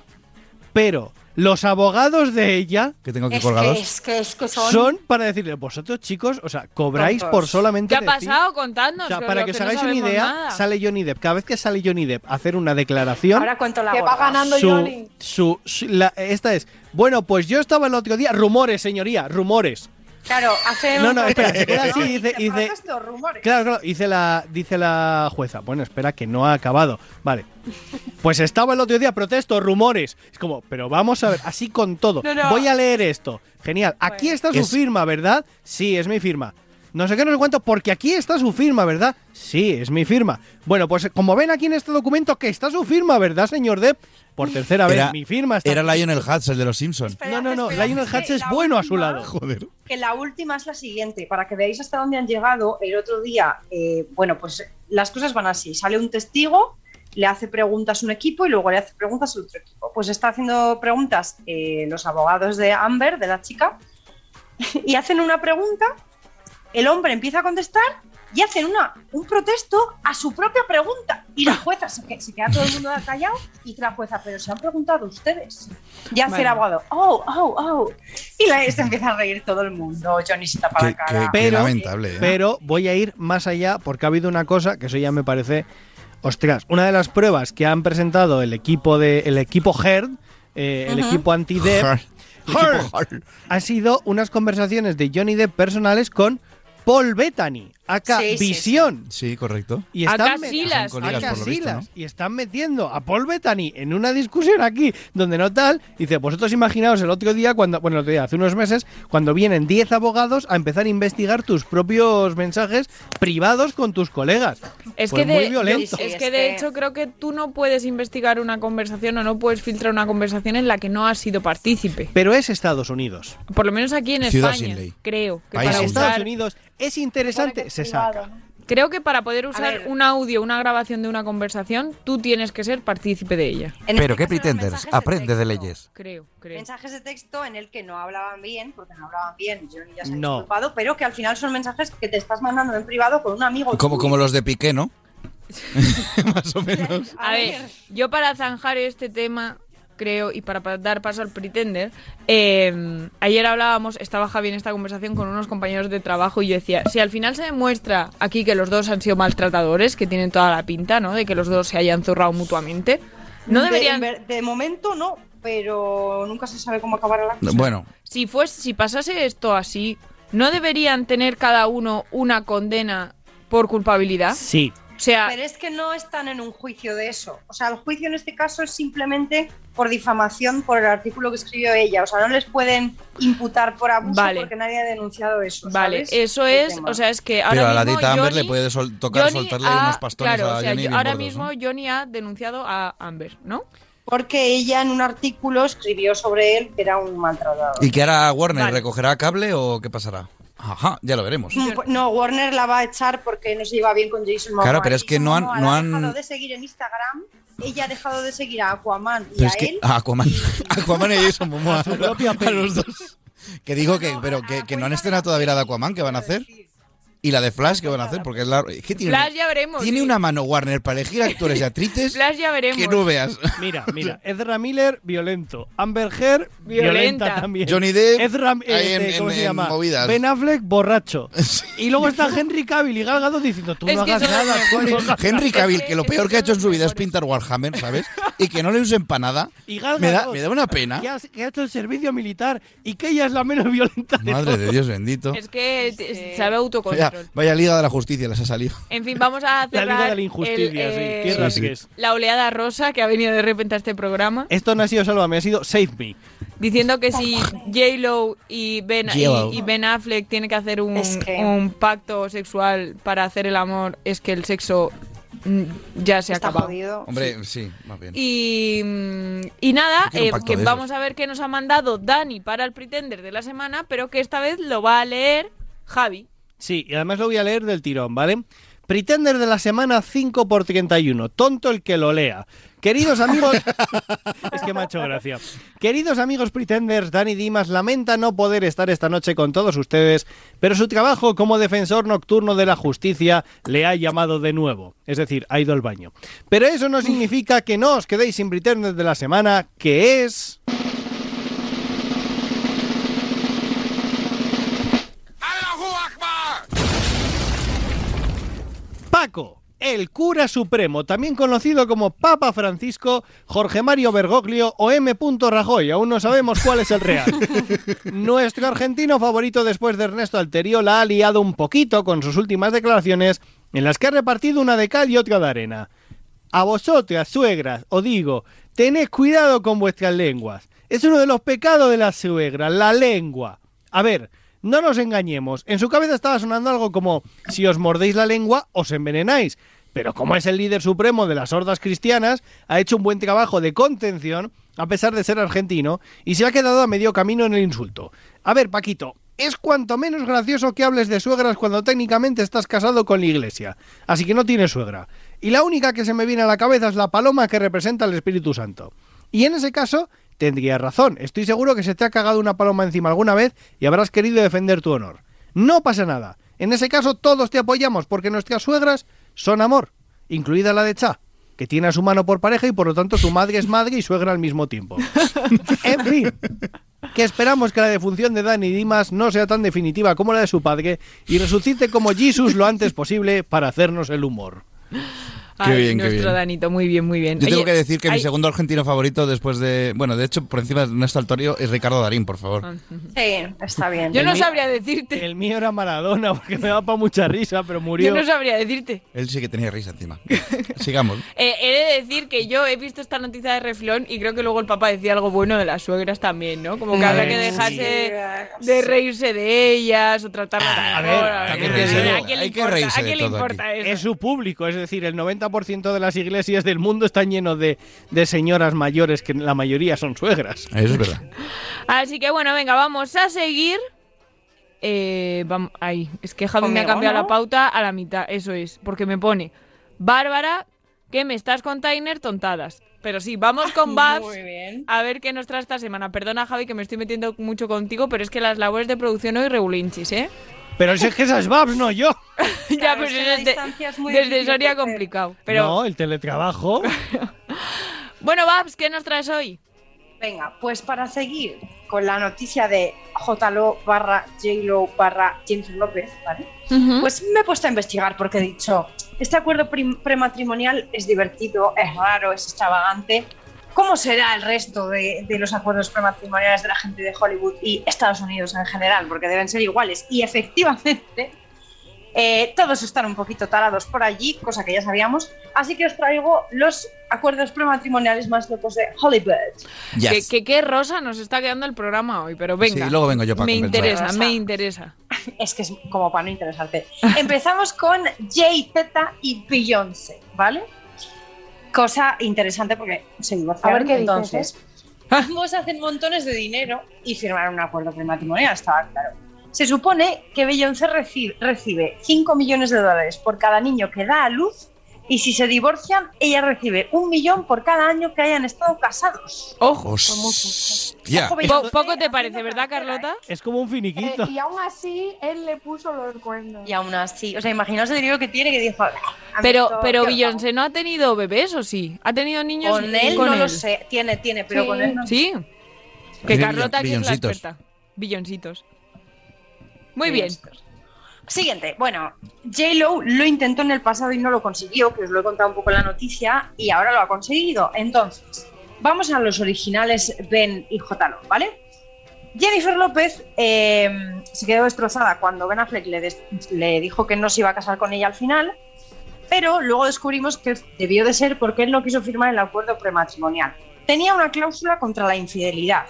A: Pero los abogados de ella
B: ¿eh? que tengo
F: Es que, es que, es que son...
A: son para decirle, vosotros chicos, o sea, cobráis
F: Tontos.
A: por solamente
L: ¿Qué ha
A: decir-
L: pasado? Contadnos.
A: O sea,
L: que
A: para
L: lo
A: que os
L: no
A: hagáis una
L: sabemos
A: idea,
L: nada.
A: sale Johnny Depp. Cada vez que sale Johnny Depp a hacer una declaración,
F: Ahora cuento la
N: Que va
F: gorda.
N: ganando
A: su,
N: Johnny.
A: su, su- la- esta es, bueno, pues yo estaba el otro día, rumores, señoría, rumores.
F: Claro, hace
A: No,
F: un-
A: no, espera, se queda así,
F: No,
A: dice-
F: te
A: dice-
F: faltas los rumores.
A: Claro, claro, dice la, dice la jueza. Bueno, espera, que no ha acabado. Vale. Pues estaba el otro día, protesto, rumores. Es como, pero vamos a ver, así con todo.
F: No, no.
A: Voy a leer esto. Genial. Aquí está su
B: Es-
A: firma, ¿verdad? Sí, es mi firma. No sé qué, no sé cuánto, porque aquí está su firma, ¿verdad? Sí, es mi firma. Bueno, pues como ven aquí en este documento que está su firma, ¿verdad, señor Depp? Por tercera vez,
B: Era,
A: mi firma está.
B: era Lionel Hutz, el de los Simpsons.
A: No, no, no,
F: Espera,
A: Lionel
F: espera,
A: Hatch es
F: la
A: bueno a su
F: última.
A: lado.
B: Joder.
F: que la última es la siguiente, para que veáis hasta dónde han llegado. El otro día, eh, bueno, pues las cosas van así. Sale un testigo, le hace preguntas un equipo y luego le hace preguntas a otro equipo. Pues está haciendo preguntas eh, los abogados de Amber, de la chica, y hacen una pregunta, el hombre empieza a contestar y hacen una, un protesto a su propia pregunta. Y la jueza se, que- se queda todo el mundo callado y la jueza, pero se han preguntado ustedes. Y hace el
L: Vale.
F: abogado, oh, oh, oh. Y la, se empieza a reír todo el mundo. Johnny se tapa la
B: Qué, qué-
F: cara.
B: qué
A: Pero-
B: lamentable. ¿eh?
A: Pero voy a ir más allá porque ha habido una cosa que eso ya me parece. Ostras, una de las pruebas que han presentado el equipo de el equipo Herd, eh, el equipo anti Depp,
B: Equipo Hart.
A: ha sido unas conversaciones de Johnny Depp personales con Paul Bettany, acá
F: Sí, sí, sí.
A: Visión.
B: Sí, correcto.
A: Y
L: Acá
A: están met-
L: Silas.
B: Son colegas,
A: acá
B: por lo visto,
A: Silas. Y están metiendo a Paul Bettany en una discusión aquí, donde no tal. Dice, vosotros imaginaos el otro día, cuando, bueno, el otro día, hace unos meses, cuando vienen 10 abogados a empezar a investigar tus propios mensajes privados con tus colegas.
L: Es
A: Pues
L: que,
A: muy
L: de,
A: violento.
L: es
F: Sí,
L: que
F: es
L: de
F: que-
L: hecho creo que tú no puedes investigar una conversación o no puedes filtrar una conversación en la que no has sido partícipe.
A: Pero es Estados Unidos.
L: Por lo menos aquí en
B: Ciudad
L: España,
B: sin ley.
L: creo. Que
B: País
L: para
B: sin ley.
A: Estados
L: usar,
A: Unidos es
N: Supone que
A: interesante,
N: es
A: se
N: privado,
A: saca.
N: ¿no?
L: Creo que para poder usar
F: ver.
L: un audio, una grabación de una conversación, tú tienes que ser partícipe de ella.
A: este
B: Pero qué pretenders, aprende de leyes.
L: Creo, creo.
F: Mensajes de texto en el que no hablaban bien, porque no hablaban bien, Johnny ya se ha
B: No.
F: disculpado, pero que al final son mensajes que te estás mandando en privado con un amigo.
B: Como,
F: tuyo.
B: como los de Piqué, ¿no? Más o menos.
L: A ver, yo para zanjar este tema, creo, y para pa- dar paso al Pretender, eh, ayer hablábamos, estaba Javi en esta conversación con unos compañeros de trabajo y yo decía, si al final se demuestra aquí que los dos han sido maltratadores, que tienen toda la pinta, ¿no? De que los dos se hayan zurrado mutuamente, no
F: De-
L: deberían...
F: De, de momento no, pero nunca se sabe cómo acabará la cosa.
B: Bueno,
L: Si, fuese, si pasase esto así, ¿no deberían tener cada uno una condena por culpabilidad?
A: Sí.
L: O sea,
F: Pero es que no están en un juicio de eso. O sea, el juicio en este caso es simplemente por difamación por el artículo que escribió ella. O sea, no les pueden imputar por abuso
L: Vale.
F: porque nadie ha denunciado eso.
L: Vale,
F: ¿sabes?
L: eso
F: El
L: es,
F: tema.
L: o sea, es que
B: pero
L: ahora
B: a la
L: mismo
B: Dita Amber
L: Johnny-
B: le puede sol- tocar
L: Johnny
B: soltarle
L: ha-
B: unos pastones
L: claro,
B: a
L: o sea,
B: Johnny
L: yo-
B: bien
L: ahora
B: gordos,
L: mismo
B: ¿no?
L: Johnny ha denunciado a Amber, ¿no?
F: Porque ella en un artículo escribió sobre él que era un maltratador.
B: ¿Y que hará Warner?
F: Vale.
B: ¿Recogerá cable o qué pasará? Ajá, ya lo veremos.
F: No, Warner la va a echar porque no se lleva bien con Jason Momoa.
B: Claro, pero es que
F: Jason
B: no han-
F: Momoa
B: no
F: la ha
B: han-
F: dejado de seguir en Instagram. Ella ha dejado de seguir a Aquaman y
B: Pero
F: a
B: es que
F: él.
B: a Aquaman, Aquaman y Jason Momoa, a los dos. Que digo que, pero que, que no han estrenado todavía la de Aquaman, ¿qué van a hacer? Y la de Flash, ¿qué van a hacer? Porque es la... es que tiene,
L: Flash ya veremos. ¿eh?
B: tiene una mano Warner para elegir actores y actrices
L: Flash ya veremos.
B: que no veas.
A: Mira, mira, Ezra Miller, violento. Amber Heard, violenta,
L: Violenta.
A: también.
B: Johnny Depp,
A: Ezra,
B: ahí
A: este,
B: en-
A: ¿cómo
B: en-
A: se
B: en
A: llama?
B: movidas.
A: Ben Affleck, borracho. Y luego está Henry Cavill y Gal Gadot diciendo, tú
L: Es
A: no
L: que
A: hagas
L: son los
A: nada. tú no hagas
B: Henry
A: nada".
B: Cavill, que lo peor que ha hecho en su vida es pintar Warhammer, ¿sabes? Y que no le usen para nada.
A: Y Gal
B: Me da,
A: Gadot,
B: me da una pena.
A: Que ha, que ha hecho el servicio militar y que ella es la menos violenta de
B: Madre de
A: todos.
B: Dios bendito.
L: Es que te- sabe
B: Vaya,
L: autocontrol.
B: vaya Liga de la Justicia les ha salido.
L: En fin, vamos
A: La
L: a cerrar
A: Liga de la
L: el,
A: Injusticia,
L: eh,
A: sí. Tierras
B: Sí, Eh. sí.
A: que es.
L: la oleada rosa que ha venido de repente a este programa,
A: Esto no ha sido Sálvame, ha sido Save Me.
L: diciendo que si J-Lo y ben, y,
A: J.Lo.
L: y Ben Affleck tienen que hacer un,
F: Es que-
L: un pacto sexual para hacer el amor, es que el sexo mm, ya se ha
F: Está
L: acabado.
F: jodido.
B: Hombre, sí, más bien.
L: Oh, Y, mm, y nada,
B: Yo quiero un
L: eh,
B: pacto
L: que
B: de
L: vamos a ver qué nos ha mandado Dani para el Pretender de la semana, pero que esta vez lo va a leer Javi.
A: Sí, y además lo voy a leer del tirón, ¿vale? Pretender de la semana 5 por 31. Tonto el que lo lea. Queridos amigos. es que me ha hecho gracia. Queridos amigos Pretenders, Dani Dimas lamenta no poder estar esta noche con todos ustedes, pero su trabajo como defensor nocturno de la justicia le ha llamado de nuevo. Es decir, ha ido al baño. Pero eso no significa que no os quedéis sin Pretender de la semana, que es. Paco, el cura supremo, también conocido como Papa Francisco, Jorge Mario Bergoglio o M. Rajoy, aún no sabemos cuál es el real. Nuestro argentino favorito después de Ernesto Alterio la ha liado un poquito con sus últimas declaraciones, en las que ha repartido una de cal y otra de arena. A vosotras, suegras, os digo, tened cuidado con vuestras lenguas. Es uno de los pecados de las suegras, la lengua. A ver, no nos engañemos. En su cabeza estaba sonando algo como, si os mordéis la lengua, os envenenáis. Pero como es el líder supremo de las hordas cristianas, ha hecho un buen trabajo de contención, a pesar de ser argentino, y se ha quedado a medio camino en el insulto. A ver, Paquito, es cuanto menos gracioso que hables de suegras cuando técnicamente estás casado con la iglesia. Así que no tienes suegra. Y la única que se me viene a la cabeza es la paloma que representa al Espíritu Santo. Y en ese caso, tendrías razón. Estoy seguro que se te ha cagado una paloma encima alguna vez y habrás querido defender tu honor. No pasa nada. En ese caso, todos te apoyamos porque nuestras suegras son amor, incluida la de Cha, que tiene a su mano por pareja y por lo tanto su madre es madre y suegra al mismo tiempo. En fin, que esperamos que la defunción de Dani Dimas no sea tan definitiva como la de su padre y resucite como Jesús lo antes posible para hacernos el humor.
B: Qué bien, qué
L: nuestro
B: bien.
L: Danito, muy bien, muy bien.
B: Yo tengo
L: Oye,
B: que decir que mi
L: ay,
B: segundo argentino favorito después de. Bueno, de hecho, por encima de Ernesto Altorio es Ricardo Darín, por
L: Ah.
B: favor.
F: Sí, está bien.
L: Yo no sabría decirte.
A: El mío era Maradona porque me da para mucha risa, pero murió.
L: Yo no sabría decirte.
B: Él sí que tenía risa encima. Sigamos.
L: Eh, he de decir que yo he visto esta noticia de reflón y creo que luego el papá decía algo bueno de las suegras también, ¿no? Como que había que dejarse de reírse de ellas o tratarlas
B: Ah,
A: A
L: mejor.
A: ver, también te
L: ¿a quién
A: digo,
L: le
B: hay que
L: importa?
B: reírse
L: ¿A
B: de
L: quién le
B: todo aquí.
L: importa eso?
A: Es su público, es decir, el 90% de las iglesias del mundo están llenos de, de señoras mayores que la mayoría son suegras.
B: Eso es verdad.
L: Así que bueno, venga, vamos a seguir eh, vam- ay, es que Javi me ha
O: Conmigo,
L: cambiado
O: ¿no?
L: la pauta a la mitad, eso es, porque me pone Bárbara, que me estás con Tainer tontadas. Pero sí, vamos con Babs
F: Muy bien.
L: a ver qué nos trae esta semana. Perdona, Javi, que me estoy metiendo mucho contigo, pero es que las labores de producción hoy regulinchis, ¿eh?
A: Pero si es que esas Babs, no yo.
L: ya, pues desde, desde Soria complicado. Pero
A: No, el teletrabajo.
L: bueno, Babs, ¿qué nos traes hoy?
F: Venga, pues para seguir con la noticia de JLo barra JLo barra James López, ¿vale? Pues me he puesto a investigar porque he dicho, este acuerdo prim- prematrimonial es divertido, es raro, es extravagante. ¿Cómo será el resto de, de los acuerdos prematrimoniales de la gente de Hollywood y Estados Unidos en general? Porque deben ser iguales. Y efectivamente, eh, todos están un poquito tarados por allí, cosa que ya sabíamos. Así que os traigo los acuerdos prematrimoniales más locos de Hollywood.
L: Que, que qué rosa nos está quedando el programa hoy, pero venga.
B: Sí, luego vengo yo para
L: Me
B: compensar.
L: interesa,
F: Rosa.
L: me interesa.
F: Es que es como para no interesarte. Empezamos con Jay-Z y Beyoncé, ¿vale? Cosa interesante porque se divorciaron.
N: A ver qué dices, ¿eh?
F: entonces. Ambos hacen montones de dinero y firmaron un acuerdo prematrimonial, estaba claro. Se supone que Beyoncé reci- recibe 5 millones de dólares por cada niño que da a luz y si se divorcian, ella recibe un millón por cada año que hayan estado casados.
L: Ojo.
B: Hostia.
L: Po- poco te parece, ¿verdad, Carlota?
A: Es como un finiquito.
N: Eh, y aún así, él le puso los cuernos.
F: Y aún así, o sea, imaginaos el dinero que tiene que dijo. "Ah, a mí
L: Pero,
F: esto,
L: pero
F: ¿qué os hago?".
L: Beyoncé no ha tenido bebés, ¿o sí? ¿Ha tenido niños?
F: Con él no lo
L: él?
F: sé. Tiene, tiene, pero
L: Sí.
F: con él no.
L: Sí. Que
F: Tiene
L: Carlota aquí es la
F: billoncitos.
L: experta. Billoncitos. Muy bien.
F: Siguiente. Bueno, J-Lo lo intentó en el pasado y no lo consiguió, que os lo he contado un poco en la noticia, y ahora lo ha conseguido. Entonces, vamos a los originales Ben y J-Lo, ¿vale? Jennifer López eh, se quedó destrozada cuando Ben Affleck le, des- le dijo que no se iba a casar con ella al final, pero luego descubrimos que debió de ser porque él no quiso firmar el acuerdo prematrimonial. Tenía una cláusula contra la infidelidad,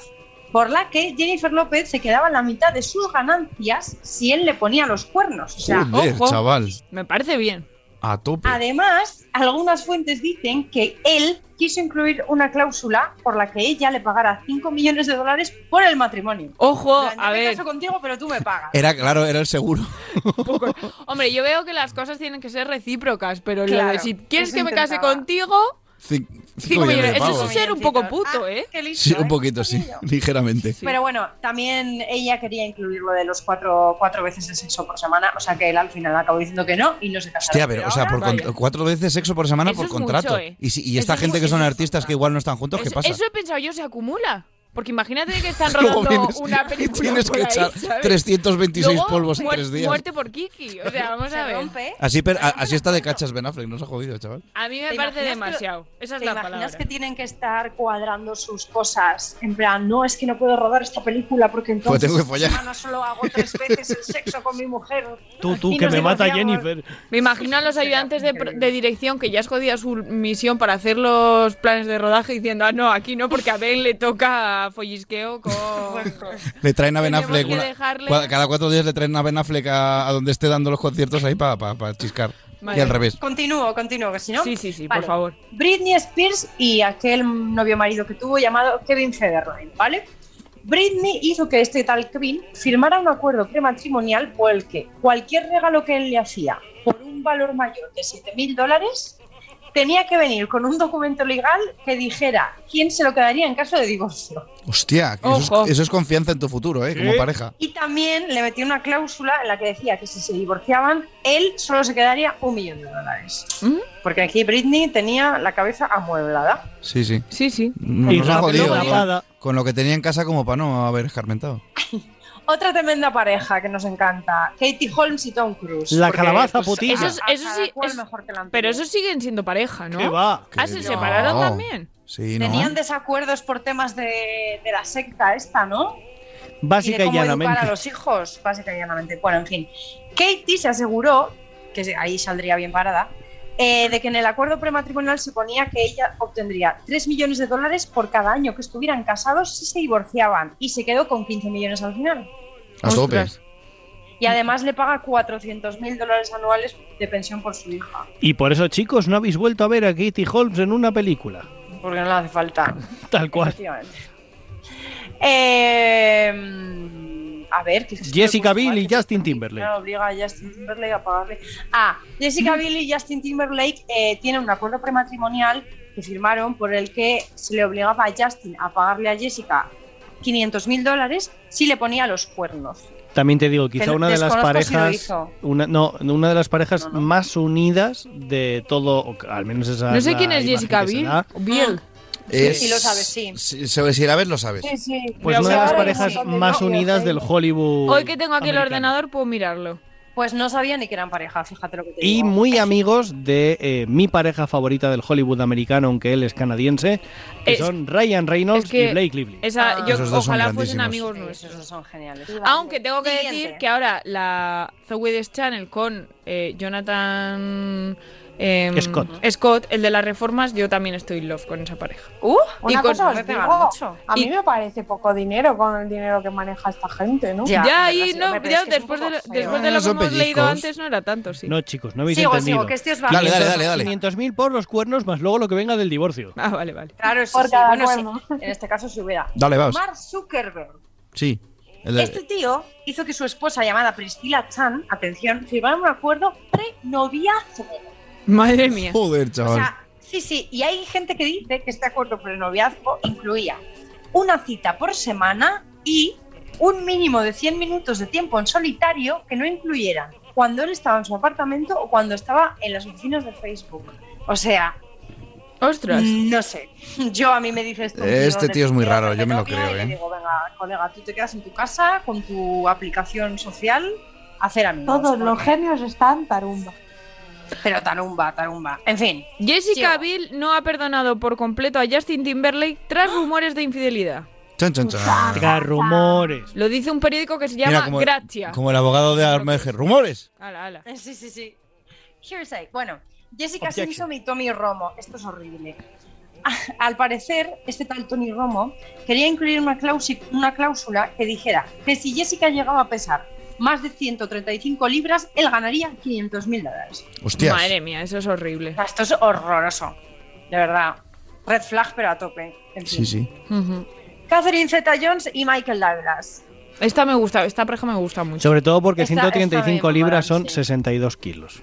F: por la que Jennifer López se quedaba la mitad de sus ganancias si él le ponía los cuernos. O sea,
B: Joder,
F: ojo.
B: chaval.
L: Me parece bien.
B: A tope.
L: Ah.
F: Además, algunas fuentes dicen que él quiso incluir una cláusula por la que ella le pagara 5 millones de dólares por el matrimonio.
L: Ojo,
F: En plan, yo
L: Oh, a
F: me
L: ver.
F: caso contigo, pero tú me pagas.
B: Era claro, era el seguro.
L: Hombre, yo veo que las cosas tienen que ser recíprocas, pero lo
F: Claro,
L: de si quieres
F: eso
L: que me case
F: intentaba.
L: contigo,
B: Cin-
L: cinco millones.
B: de
L: Eso
B: pavos.
L: es ser un poco puto,
F: Ah,
L: ¿eh?
B: Sí, un poquito, sí, ligeramente.
F: Pero bueno, también ella quería incluir lo de los cuatro, cuatro veces el sexo por semana, o sea que él al final acabó diciendo que no y no se casaron.
B: Hostia, pero, o sea, por
F: ahora-
B: con- cuatro veces sexo por semana
L: Eso
B: por
L: es mucho,
B: contrato.
L: ¿eh?
B: Y, si- y
L: Eso
B: esta
L: es
B: gente
L: mucho,
B: que son
L: eso es
B: artistas que igual no están juntos, ¿qué
L: Eso-
B: pasa?
L: Eso he pensado yo, se acumula. Porque imagínate que están
B: Luego
L: rodando
B: vienes
L: una
B: y
L: película.
B: tienes
L: por
B: que
L: ahí,
B: echar
L: ¿sabes?
B: 326
L: Luego,
B: polvos en
L: muer-
B: tres días.
L: Muerte por Kiki. O sea, vamos a ver.
B: Así, per- a- así está de cachas Ben Affleck, nos ha jodido, chaval.
L: A mí me parece
F: ¿Te imaginas que-
L: demasiado. Esa es
F: ¿Te
L: la
F: imaginas
L: palabra.
F: que tienen que estar cuadrando sus cosas? En plan, no, es que no puedo rodar esta película porque
B: Pues
F: entonces
A: tengo que
F: esta
A: follar.
F: semana solo hago tres veces el sexo con mi mujer.
A: Tú, tú,
F: Y
A: que
F: nos
A: me mata
F: divorciamos.
A: Jennifer.
L: Me imagino a los ayudantes de, pro- de dirección que ya es jodida su misión para hacer los planes de rodaje diciendo, ah, no, aquí no, porque a Ben le toca follisqueo con...
F: Pues,
B: Le traen a Ben
L: Tenemos
B: Affleck.
L: que
B: una-
L: dejarle-
B: cua- cada cuatro días le traen a Ben Affleck a, a donde esté dando los conciertos ahí para chiscar. Y
F: Vale.
B: al revés.
F: Continúo, continúo, que si no.
L: Sí, sí, sí,
F: Vale.
L: por favor.
F: Britney Spears y aquel novio marido que tuvo llamado Kevin Federline, ¿vale? Britney hizo que este tal Kevin firmara un acuerdo prematrimonial por el que cualquier regalo que él le hacía por un valor mayor de 7.000 dólares tenía que venir con un documento legal que dijera quién se lo quedaría en caso de divorcio.
B: Hostia, que eso
F: Ojo.
B: es, eso es confianza en tu futuro, ¿eh? Como pareja.
F: Y también le metió una cláusula en la que decía que si se divorciaban, él solo se quedaría un millón de dólares.
B: Mm.
F: Porque aquí Britney tenía la cabeza amueblada.
B: Sí, sí.
L: Sí, sí.
B: Nos,
A: Y
B: nos ha
A: rápido,
B: jodido.
A: luego
B: Con,
A: tapada.
B: con lo que tenía en casa como para no haber escarmentado.
F: Otra tremenda pareja que nos encanta, Katie Holmes y Tom Cruise.
B: La
F: Porque, pues,
B: calabaza
L: putilla. Eso es-
F: a- a
L: eso
F: cada
L: sí
F: cual
L: es-
F: mejor que la anterior.
L: Pero esos siguen siendo pareja, ¿no?
B: ¿Qué va?
L: Ah,
B: Que
L: ¿se
B: no.
L: separaron también?
B: Sí, ¿no?
F: Tenían desacuerdos por temas de, de la secta esta, ¿no?
A: Básica
F: de
A: y
F: cómo
A: llanamente.
F: educar a los hijos, básica y llanamente. Bueno, en fin. Katie se aseguró, que se- ahí saldría bien parada, eh, de que en el acuerdo prematrimonial se ponía que ella obtendría 3 millones de dólares por cada año que estuvieran casados si se divorciaban. Y se quedó con 15 millones al final.
B: A tope.
F: Y además le paga 400 mil dólares anuales de pensión por su hija.
A: Y por eso, chicos, no habéis vuelto a ver a Katie Holmes en una película.
F: Porque no le hace falta.
A: Tal cual.
F: Efectivamente. Eh, a ver, que es Pues, que
A: Jessica Biel y Justin Timberlake.
F: Claro, obliga a Justin Timberlake a pagarle. Ah, Jessica Biel y Justin Timberlake eh, tienen un acuerdo prematrimonial que firmaron por el que se le obligaba a Justin a pagarle a Jessica 500 mil dólares si le ponía los cuernos.
A: También te digo, quizá
F: Que
A: una de las
F: desconozco si lo
A: parejas,
F: hizo.
A: una, no, una de las parejas más unidas de todo, o al menos esa.
L: No sé
A: la
L: quién es
A: imagen
L: Jessica
A: que se
L: Biel.
A: da.
L: Biel.
B: Es-
F: Sí, lo sabes, sí.
B: Si, sobre- si la ves, lo sabes.
F: Ah, Sí, sí.
A: Pues
F: Lo
A: una de las
F: sabes,
A: parejas
F: sí.
A: más unidas del Hollywood.
L: Hoy que tengo aquí el
A: americano.
L: ordenador puedo mirarlo.
F: Pues no sabía ni que eran pareja, fíjate lo que te
A: Y
F: digo.
A: muy amigos de eh, mi pareja favorita del Hollywood americano, aunque él es canadiense, que
L: Es-
A: son Ryan Reynolds
L: es que-
A: y Blake Lively.
F: Ah.
L: Esa, yo
A: Esos dos son
L: ojalá fuesen
A: grandísimos.
L: amigos
F: Sí,
L: nuestros.
F: Esos son geniales.
L: Aunque tengo que decir que ahora la The Witness Channel con eh, Jonathan em,
A: Scott.
L: Scott, el de las reformas, yo también estoy in love con esa pareja.
F: Uh,
L: Y
N: Una
L: con-
N: cosa os
L: me
N: digo,
L: pega mucho.
N: a mí
L: Y-
N: me parece poco dinero con el dinero que maneja esta gente, ¿no?
L: Ya, y no, ya después, de lo, después de lo
A: No
L: que
A: son
L: hemos leído
A: pellizcos.
L: antes no era tanto, sí.
A: No, chicos, no habéis
L: Sigo, sigo,
A: entendido.
L: que este os va Dale, bien. dale, dale, dale.
A: 500.000 por los cuernos más luego lo que venga del divorcio.
L: Ah, vale, vale.
F: Claro, sí,
N: Por
F: sí,
N: cada
F: bueno, sí,
N: cuerno.
F: En este caso se hubiera.
B: Dale, vas.
F: Mark Zuckerberg.
B: Sí. El de-
F: Este tío hizo que su esposa llamada Priscilla Chan, atención, firmara un acuerdo prenoviazo.
L: Madre mía.
B: Joder, chaval.
F: O sea, sí, sí, y hay gente que dice que este acuerdo prenoviazgo incluía una cita por semana y un mínimo de 100 minutos de tiempo en solitario que no incluyeran cuando él estaba en su apartamento o cuando estaba en las oficinas de Facebook. O sea,
L: Ostras.
A: Mm.
F: no sé. Yo a mí me dices tú,
B: Este
F: de
B: tío es muy
F: novia,
B: raro, yo me lo
F: novia,
B: creo,
F: y le
B: ¿eh?
F: digo, venga, colega, tú te quedas en tu casa con tu aplicación social a hacer amigos.
N: Todos los
F: porque-
N: genios están tarumba.
F: Pero tarumba, tarumba. En fin.
L: Jessica Biel no ha perdonado por completo a Justin Timberlake
N: ¡Ah!
L: tras rumores de infidelidad.
B: Chan, chan, chan.
A: Tras rumores.
L: Lo dice un periódico que se
B: Mira,
L: llama
B: como-
L: Gracia.
B: Como el abogado de Armeje. Rumores.
L: Ala, ala.
F: Sí, sí, sí. Hearsay. Bueno, Jessica
B: Objection.
F: Simpson y Tommy Romo. Esto es horrible. Al parecer, este tal Tony Romo quería incluir una cláusula, una cláusula que dijera que si Jessica llegaba a pesar más de 135 libras, él ganaría 500 mil dólares.
B: Hostias.
L: Madre mía, eso es horrible.
F: Esto es horroroso. De verdad. Red flag, pero a tope. En
B: Sí,
F: fin.
B: sí.
F: Catherine Zeta Jones y Michael Douglas.
L: Esta me gusta, esta pareja me gusta mucho.
A: Sobre todo porque
F: Esta-
A: 135
F: esta me
A: libras
F: mola,
A: son 62 kilos.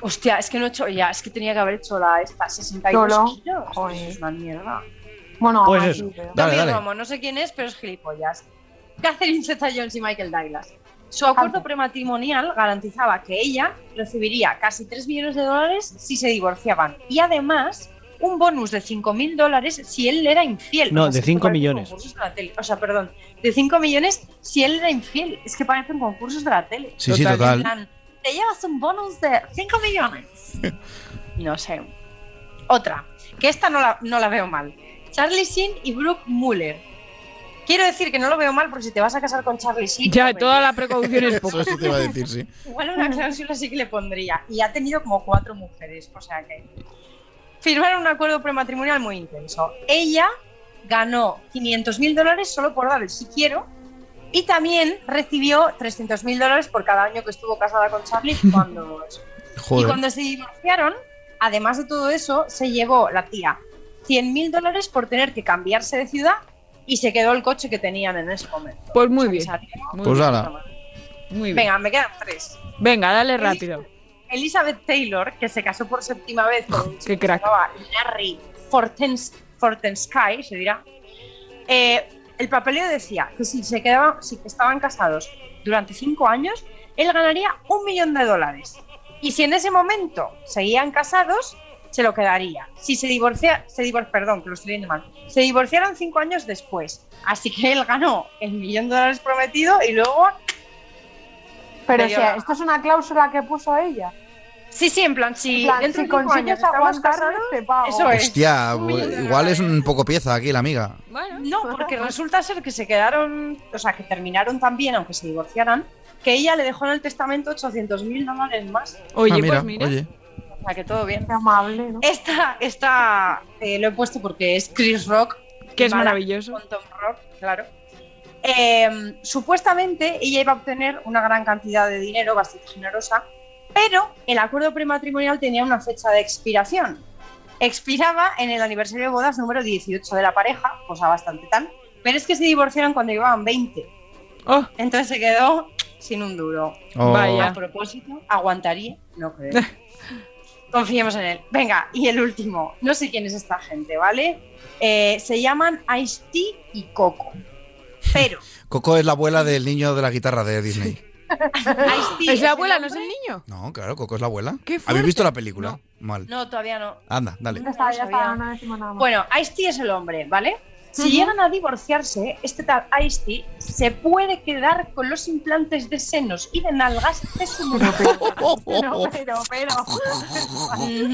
F: Hostia, es que no he hecho ya, es que tenía que haber hecho la esta 62
N: Solo.
F: kilos. Eso es una mierda.
N: Bueno,
A: Pues
N: aún
A: eso.
N: así, pero-
F: Tommy Romo, no sé quién es, pero es gilipollas. Catherine Zeta Jones y Michael Douglas. Su acuerdo prematrimonial garantizaba que ella recibiría casi 3 millones de dólares si se divorciaban. Y además, un bonus de 5.000 dólares si él era infiel.
A: No,
F: O sea,
A: de
F: es que
A: 5
F: parecen
A: millones.
F: concursos de la tele. O sea, perdón, de 5 millones si él era infiel. Es que parecen concursos de la tele.
B: Sí, sí, total.
F: En plan, Te llevas un bonus de 5 millones. no sé. Otra, que esta no la, no la veo mal. Charlie Sheen y Brooke Muller. Quiero decir que no lo veo mal porque si te vas a casar con Charlie Sheen.
L: Ya,
F: hombre,
L: toda la precaución es poca.
B: Eso sí te iba a decir, sí.
F: Igual una cláusula sí que le pondría. Y ha tenido como cuatro mujeres, o sea que. Firmaron un acuerdo prematrimonial muy intenso. Ella ganó 500 mil dólares solo por dar el sí quiero. Y también recibió 300 mil dólares por cada año que estuvo casada con Charlie cuando y
B: Joder.
F: cuando se divorciaron, además de todo eso, se llevó la tía 100 mil dólares por tener que cambiarse de ciudad y se quedó el coche que tenían en ese momento.
L: Pues muy bien. Muy
B: Pues
L: bien.
B: ahora.
L: Muy bien.
F: Venga, me quedan tres.
L: Venga, dale rápido.
F: Elizabeth Taylor, que se casó por séptima vez con un chico
L: Qué
F: que se
L: crack.
F: llamaba Larry Fortens, Fortensky, se dirá. Eh, el papeleo decía que si se quedaban, si estaban casados durante cinco años, él ganaría un millón de dólares. Y si en ese momento seguían casados, se lo quedaría. Si se divorcia, se divor- perdón, que lo estoy leyendo mal. Se divorciaron cinco años después. Así que él ganó el millón de dólares prometido y luego
N: Pero
F: Me
N: o
F: dio
N: sea,
F: la-
N: esto es una cláusula que puso ella.
F: Sí, sí, en plan, si,
N: En plan,
F: dentro
N: si
F: de cinco
N: consigues
F: años estamos
N: aguantarme,
F: casados,
N: te pago.
F: Eso es.
B: Hostia,
F: Un millón de
B: bu- igual es un poco pieza aquí la amiga.
F: No, porque resulta ser que se quedaron, o sea, que terminaron también, aunque se divorciaran, que ella le dejó en el testamento 800 mil dólares más.
L: Oye,
B: Ah, mira,
L: pues mira.
B: oye.
F: O sea, que todo bien.
N: amable, ¿no?
F: Esta, esta eh, lo he puesto porque es Chris Rock.
L: Que es
F: mala
L: maravilloso.
F: Con Tom Rock, claro. Eh, supuestamente ella iba a obtener una gran cantidad de dinero, bastante generosa, pero el acuerdo prematrimonial tenía una fecha de expiración. Expiraba en el aniversario de bodas número 18 de la pareja, cosa bastante tal, pero es que se divorciaron cuando llevaban 20.
L: Oh,
F: Entonces se quedó sin un duro.
B: Oh. Vaya.
F: A propósito, aguantaría, no creo. Confiemos en él. Venga, y el último. No sé quién es esta gente, ¿vale? Eh, se llaman Ice T y Coco. Pero
B: Coco es la abuela del niño de la guitarra de Disney.
F: Ice-T
L: ¿Es la abuela, no es el niño?
B: No, claro, Coco es la abuela.
L: Qué
B: ¿Habéis
L: fuerte.
B: visto la película? Mal.
F: No, todavía no.
B: Anda, dale.
N: Ya está, ya está,
F: sabía.
N: no decimos nada más.
F: Bueno, Ice-T es el hombre, ¿vale? Si
N: Ujú.
F: llegan a divorciarse, este tal Ice-T se puede quedar con los implantes de senos y de nalgas de su mujer.
N: Pero, pero, pero.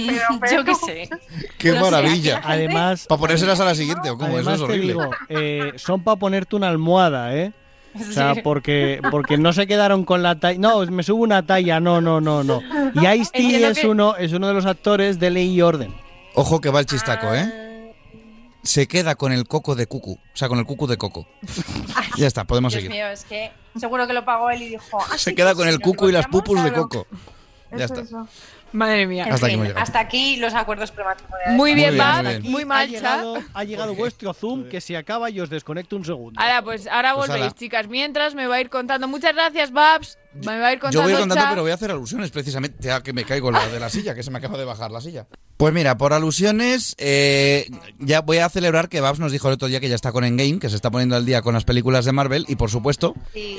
N: Pero, pero.
F: Yo qué sé.
B: ¡Qué maravilla!
A: Además,
B: Para ponérselas a la siguiente, ¿o cómo?
A: además
B: Eso es
A: te
B: horrible.
A: digo, eh, son para ponerte una almohada, ¿eh? O sea,
F: Sí.
A: porque, porque no se quedaron con la talla. No, me subo una talla, no, no, no, no. Y Ice-T
F: Entiendo
A: es,
F: que-
A: uno, es uno de los actores de Ley y Orden.
B: Ojo que va el chistaco,
F: Ah.
B: ¿eh? Se queda con el coco de cucu. O sea, con el cucu de coco. ya está, podemos
F: Dios
B: seguir.
F: mío, es que seguro que lo pagó él y dijo. "Ah,
B: Se
F: sí,
B: queda
F: pues
B: con
F: sí,
B: el
F: nos
B: cucu y las
F: divorciamos".
B: pupus de
F: Claro.
B: coco. Ya está.
L: Madre mía.
F: En
B: Hasta aquí
F: fin,
B: hemos llegado.
F: hasta aquí los acuerdos prematrimoniales.
L: Muy bien,
B: bien,
L: va,
B: muy bien.
L: muy
A: ha
L: mal, chat.
A: llegado, ha llegado vuestro Zoom que se acaba y os desconecto un segundo.
L: Ahora, pues ahora
B: Pues
L: volvéis,
B: ala.
L: chicas. Mientras me va a ir contando. Muchas gracias, Babs. Me va a ir contando.
B: Yo voy a ir contando,
L: chat.
B: pero voy a hacer alusiones precisamente a que me caigo la de la silla, que se me acaba de bajar la silla. Pues mira, por alusiones, eh, ya voy a celebrar que Babs nos dijo el otro día que ya está con Endgame, que se está poniendo al día con las películas de Marvel, y por supuesto,
F: Sí.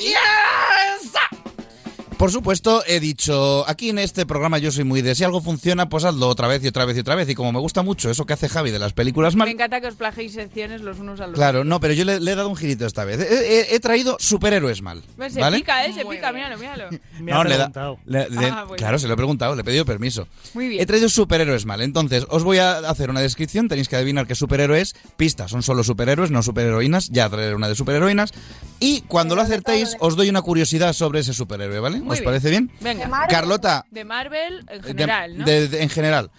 B: por supuesto, he dicho, aquí en este programa yo soy muy de si algo funciona, pues hazlo otra vez y otra vez y otra vez, y como me gusta mucho eso que hace Javi de las películas
L: Me
B: Marvel,
L: encanta que os plagéis secciones los unos a los
B: Claro, no, pero yo le, le he dado un girito esta vez. He, he- he traído superhéroes mal.
L: otros. Se
B: ¿vale?
L: pica, ¿eh? Se
F: Muy
L: pica,
F: bien.
L: míralo, míralo.
A: Me
B: No,
A: ha
B: le da-
A: preguntado.
B: le- le-
L: Ah, bueno.
B: Claro, se lo he preguntado, le he pedido permiso.
L: Muy
B: He
L: bien.
B: traído superhéroes mal, entonces os voy a hacer una descripción, tenéis que adivinar qué superhéroe es, pistas, son solo superhéroes, no superheroínas, ya traeré una de superheroínas, y cuando lo acertéis os doy una curiosidad sobre ese superhéroe, ¿vale?
L: Muy
B: ¿Os
L: bien.
B: parece bien?
L: Venga.
N: Mar-
B: Carlota,
L: De Marvel en
B: Eh, de-
L: general, ¿no?
B: de- de- en general.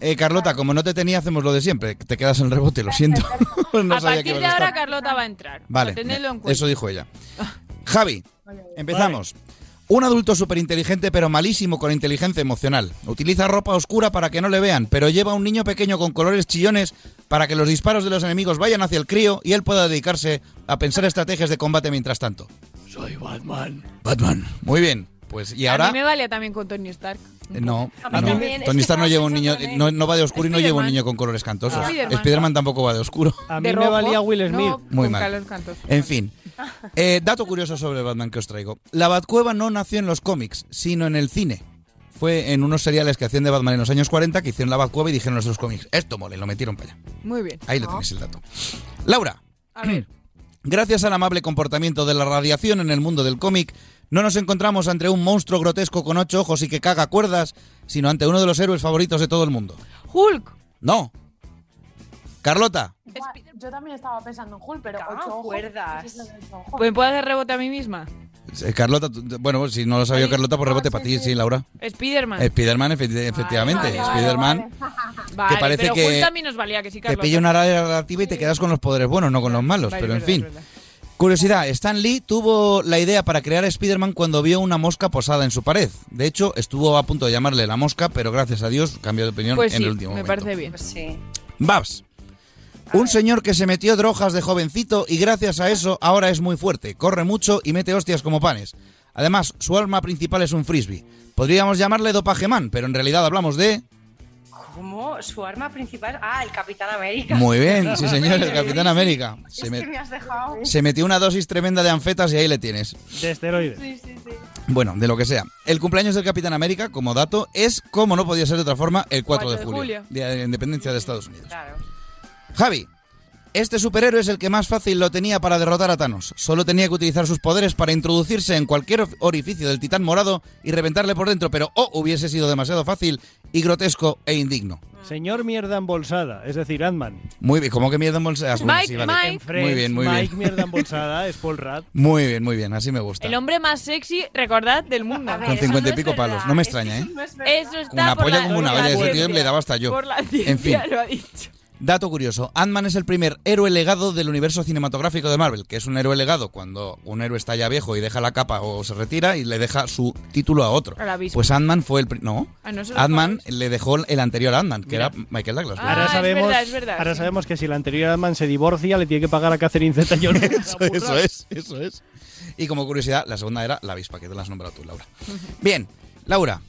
B: Eh, Carlota, como no te tenía, hacemos lo de siempre, te quedas en el rebote, lo siento. No
L: a
B: sabía que
L: partir de
B: ibas a estar.
L: ahora Carlota va a entrar.
B: Vale,
L: O sea, tenedlo en cuenta. Ah.
B: eso dijo ella. Javi, empezamos. Un adulto superinteligente pero malísimo con inteligencia emocional. Utiliza ropa oscura para que no le vean, pero lleva a un niño pequeño con colores chillones para que los disparos de los enemigos vayan hacia el crío y él pueda dedicarse a pensar estrategias de combate mientras tanto.
A: Soy Batman.
B: Batman. Muy bien. Pues y
L: A
B: ahora
L: mí me valía también con Tony Stark.
B: eh, no,
F: A mí
B: no.
F: también, es ¿eh?
B: Tony
F: que
B: Stark no
F: estaba
B: lleva un niño,
F: pensando en él.
B: no, no va de oscuro y no lleva un
L: Spiderman.
B: niño con colores
F: Ah.
B: cantosos.
L: Spiderman.
B: Spiderman tampoco va de oscuro.
A: A
L: De
A: mí me
L: rojo,
A: valía Will Smith.
L: No,
B: Muy
L: con
B: mal.
L: Carlos Cantos.
B: En fin. Eh, dato curioso sobre Batman que os traigo. La Batcueva no nació en los cómics, sino en el cine. Fue en unos seriales que hacían de Batman en los años 40 que hicieron la Batcueva y dijeron los dos cómics. Esto mole, lo metieron para allá.
L: Muy bien.
B: Ahí lo
F: Ah.
B: tenéis el dato. Laura,
L: A ver.
B: gracias al amable comportamiento de la radiación en el mundo del cómic, no nos encontramos ante un monstruo grotesco con ocho ojos y que caga cuerdas, sino ante uno de los héroes favoritos de todo el mundo.
L: Hulk.
B: No. Carlota,
N: Igual, Yo también estaba pensando en Hulk, pero
F: Cago en
N: ocho ojos.
F: cuerdas.
N: ¿qué es lo de ocho ojos?
L: ¿Me puedo hacer rebote a mí misma?
B: eh, Carlota, tú- tú- bueno, si no lo sabía
L: Ay,
B: Carlota, por rebote
N: ah,
B: para
N: sí,
B: ti,
N: sí.
B: sí, Laura. Eh,
L: Spiderman.
B: Spiderman, efe- efectivamente.
N: Vale, vale,
B: Spiderman
N: vale.
L: Vale,
B: parece
L: pero
B: que
L: Hulk también nos valía que sí,
B: te
L: Carlos.
B: pilla una área relativa y te quedas con los poderes buenos, no con los malos. pero en fin. Curiosidad, Stan Lee tuvo la idea para crear a Spider-Man cuando vio una mosca posada en su pared. De hecho, estuvo a punto de llamarle la mosca, pero gracias a Dios cambió de opinión
L: Pues
B: en
L: sí,
B: el último
L: me
B: momento.
L: parece bien.
F: Pues sí.
B: Babs. Un señor que se metió drogas de jovencito y gracias a eso ahora es muy fuerte, corre mucho y mete hostias como panes. Además, su arma principal es un frisbee. Podríamos llamarle dopagemán, pero en realidad hablamos de...
F: ¿Cómo? Su arma principal. Ah, el Capitán América.
B: Muy bien, sí señor, el Capitán América. Se,
F: Es
B: me-
F: que me has dejado.
B: se metió una dosis tremenda de anfetas y ahí le tienes.
A: De esteroides.
F: Sí, sí, sí.
B: Bueno, de lo que sea. El cumpleaños del Capitán América, como dato, es, como no podía ser de otra forma, el 4, de julio, Día de la Independencia de Estados Unidos.
F: Claro.
B: Javi, este superhéroe es el que más fácil lo tenía para derrotar a Thanos. Solo tenía que utilizar sus poderes para introducirse en cualquier of- orificio del Titán Morado y reventarle por dentro, pero oh, hubiese sido demasiado fácil y grotesco e indigno.
A: Señor mierda embolsada, es decir, Ant-Man.
B: Muy bien, como que mierda bolsas. Bueno,
L: Mike,
B: sí, vale.
L: Mike.
A: En
B: Muy
A: Friends,
B: bien, muy
A: Mike
B: bien.
A: mierda embolsada es Paul Rudd.
B: Muy bien, muy bien, así me gusta.
L: El hombre más sexy, recordad, del mundo.
F: A ver,
B: Con
F: eso
B: 50 y
F: no es
B: pico
F: verdad.
B: palos, no me
F: Es que
B: extraña,
F: eso
B: ¿eh?
F: no es verdad.
L: Eso está
B: Una
L: por
B: polla
L: la-
B: como una
L: por la
B: valla, ese tío
L: ciencia.
B: le daba hasta yo.
L: Por la
B: En
L: ciencia
B: fin.
L: lo ha dicho.
B: Dato curioso, Ant-Man es el primer héroe legado del universo cinematográfico de Marvel, que es un héroe legado cuando un héroe está ya viejo y deja la capa o se retira y le deja su título a otro.
L: Al abismo.
B: Pues Ant-Man fue el pri- no,
L: Ah, no se lo
B: Ant-Man le dejó el anterior Ant-Man, que
A: Mira.
B: era Michael Douglas.
L: Ah,
A: ahora
L: es
A: sabemos,
L: verdad, es verdad,
A: ahora
L: sí.
A: sabemos que si la anterior Ant-Man se divorcia, le tiene que pagar a Catherine Zeta-Jones.
B: eso, eso es, eso es. Y como curiosidad, la segunda era la avispa, que te la has nombrado tú, Laura. Bien, Laura,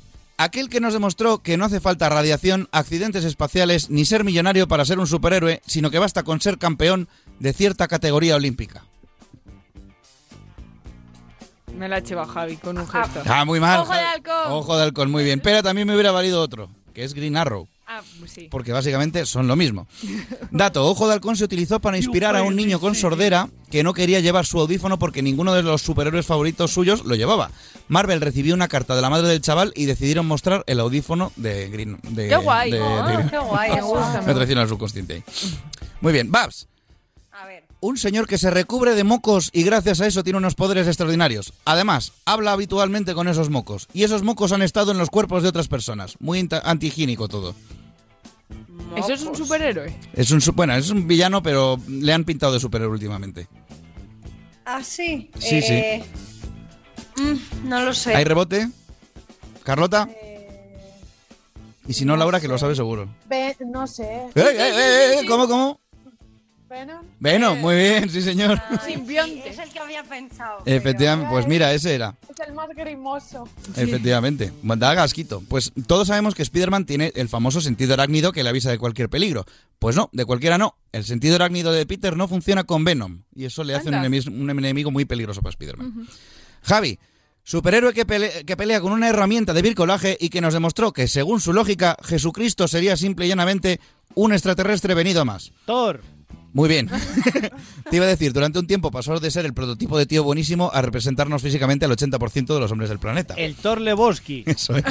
B: aquel que nos demostró que no hace falta radiación, accidentes espaciales, ni ser millonario para ser un superhéroe, sino que basta con ser campeón de cierta categoría olímpica.
L: Me la lleva Javi con un gesto.
B: Ah, muy mal.
L: ¡Ojo de halcón!
B: Ojo de halcón, muy bien. Pero también me hubiera valido otro, que es Green Arrow.
L: Ah, pues sí.
B: porque básicamente son lo mismo. Dato, Ojo de Halcón se utilizó para inspirar a un niño con sordera que no quería llevar su audífono porque ninguno de los superhéroes favoritos suyos lo llevaba. Marvel recibió una carta de la madre del chaval y decidieron mostrar el audífono de Green. De,
L: ¡Qué guay!
B: de- de
L: Ah,
B: Green-
L: ¡Qué guay! Me gusta.
B: Me traiciona el subconsciente ahí. Muy bien, Babs. Un señor que se recubre de mocos y gracias a eso tiene unos poderes extraordinarios. Además, habla habitualmente con esos mocos. Y esos mocos han estado en los cuerpos de otras personas. Muy inta- antihigiénico todo.
L: Eso es un superhéroe.
B: Es un, su- bueno, es un villano, pero le han pintado de superhéroe últimamente.
F: Ah, sí.
B: Sí, sí.
F: sí. no lo sé.
B: ¿Hay rebote? ¿Carlota? Y si no, Laura, que lo sabe seguro.
N: Ve- no sé.
B: ¡Eh, eh, eh, eh! ¿Cómo, cómo?
N: Venom.
B: Bueno, muy bien, sí, señor.
F: Simbionte. Ah, Es el que había pensado.
B: Efectivamente, pues mira, ese era.
N: Es el más grimoso.
B: Efectivamente. Da gasquito. Pues todos sabemos que Spider-Man tiene el famoso sentido arácnido que le avisa de cualquier peligro. Pues no, de cualquiera no. El sentido arácnido de Peter no funciona con Venom. Y eso le hace un,
O: Anda.
B: enemis- un enemigo muy peligroso para Spider-Man. Javi, superhéroe que, pele- que pelea con una herramienta de bricolaje y que nos demostró que, según su lógica, Jesucristo sería simple y llanamente un extraterrestre venido a más.
A: Thor.
B: Muy bien. Te iba a decir, durante un tiempo pasó de ser el prototipo de tío buenísimo a representarnos físicamente al 80% de los hombres del planeta.
A: El Thor Lebowski.
B: Eso es.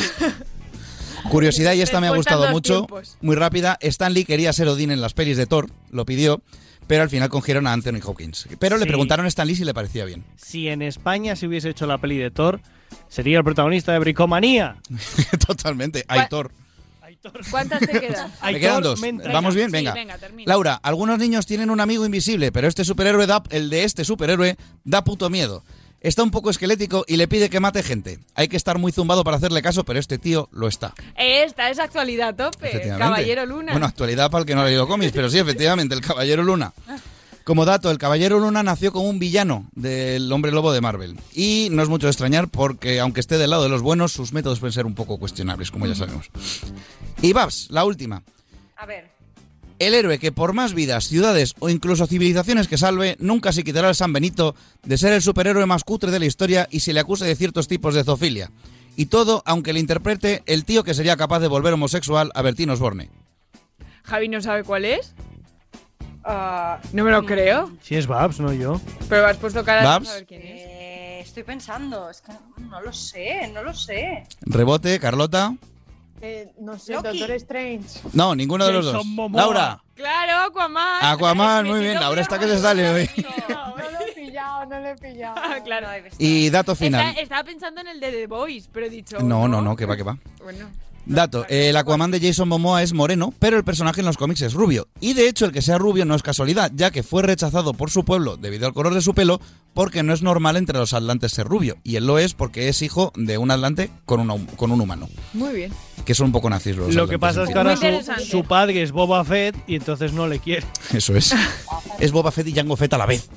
B: Curiosidad, y esta me ha
A: Respuesta en
B: gustado
A: dos
B: mucho,
A: tiempos.
B: muy rápida. Stan Lee quería ser Odín en las pelis de Thor, lo pidió, pero al final cogieron a Anthony Hopkins. Pero le
A: Sí.
B: preguntaron a Stan Lee si le parecía bien.
A: Si en España se hubiese hecho la peli de Thor, sería el protagonista de Bricomanía.
B: Totalmente. Aitor.
L: ¿Cuántas te quedan?
B: Me quedan dos. Vamos bien, venga. Laura, algunos niños tienen un amigo invisible, pero este superhéroe da, el de este superhéroe da puto miedo. Está un poco esquelético y le pide que mate gente. Hay que estar muy zumbado para hacerle caso, pero este tío lo está.
L: Esta es actualidad tope.
B: Efectivamente.
L: Caballero Luna.
B: Bueno, actualidad para el que no ha leído cómics, pero sí, efectivamente, el Caballero Luna. Como dato, el Caballero Luna nació como un villano del Hombre Lobo de Marvel. Y no es mucho de extrañar porque, aunque esté del lado de los buenos, sus métodos pueden ser un poco cuestionables, como ya sabemos. Y Babs, la última.
F: A ver.
B: El héroe que por más vidas, ciudades o incluso civilizaciones que salve, nunca se quitará el San Benito de ser el superhéroe más cutre de la historia y se le acusa de ciertos tipos de zoofilia. Y todo aunque le interprete el tío que sería capaz de volver homosexual a Bertín Osborne.
L: Javi no sabe cuál es.
F: Ah,
L: No
N: mm.
L: me lo creo.
A: Si es Babs, no yo.
L: Pero has puesto cara de no
B: Babs.
L: saber quién es.
F: eh, estoy pensando. Es que no, no lo sé, no lo sé.
B: Rebote, Carlota.
N: Eh, no sé,
F: Loki.
N: Doctor Strange.
B: No, ninguno de los dos.
N: Jason Momoa.
B: Laura.
L: Claro, Aquaman.
B: Aquaman, muy bien. Laura está que se sale hoy.
N: No lo he pillado, no lo he pillado.
L: claro.
B: Y dato final.
L: Está- estaba pensando en el de The Voice, pero he dicho.
B: No, no, no, que va, que va.
L: Bueno.
B: Dato, el Aquaman de Jason Momoa es moreno, pero el personaje en los cómics es rubio. Y de hecho el que sea rubio no es casualidad, ya que fue rechazado por su pueblo debido al color de su pelo, porque no es normal entre los atlantes ser rubio. Y él lo es porque es hijo de un atlante con, un hum- con un humano,
L: Muy bien.
B: que son un poco nazis los
A: Lo que
B: atlantes,
A: pasa es que
B: entiendo.
A: ahora
L: Muy
A: su,
L: interesante.
A: su padre es Boba Fett y entonces no le quiere.
B: Eso es. Es Boba Fett y Jango Fett a la vez.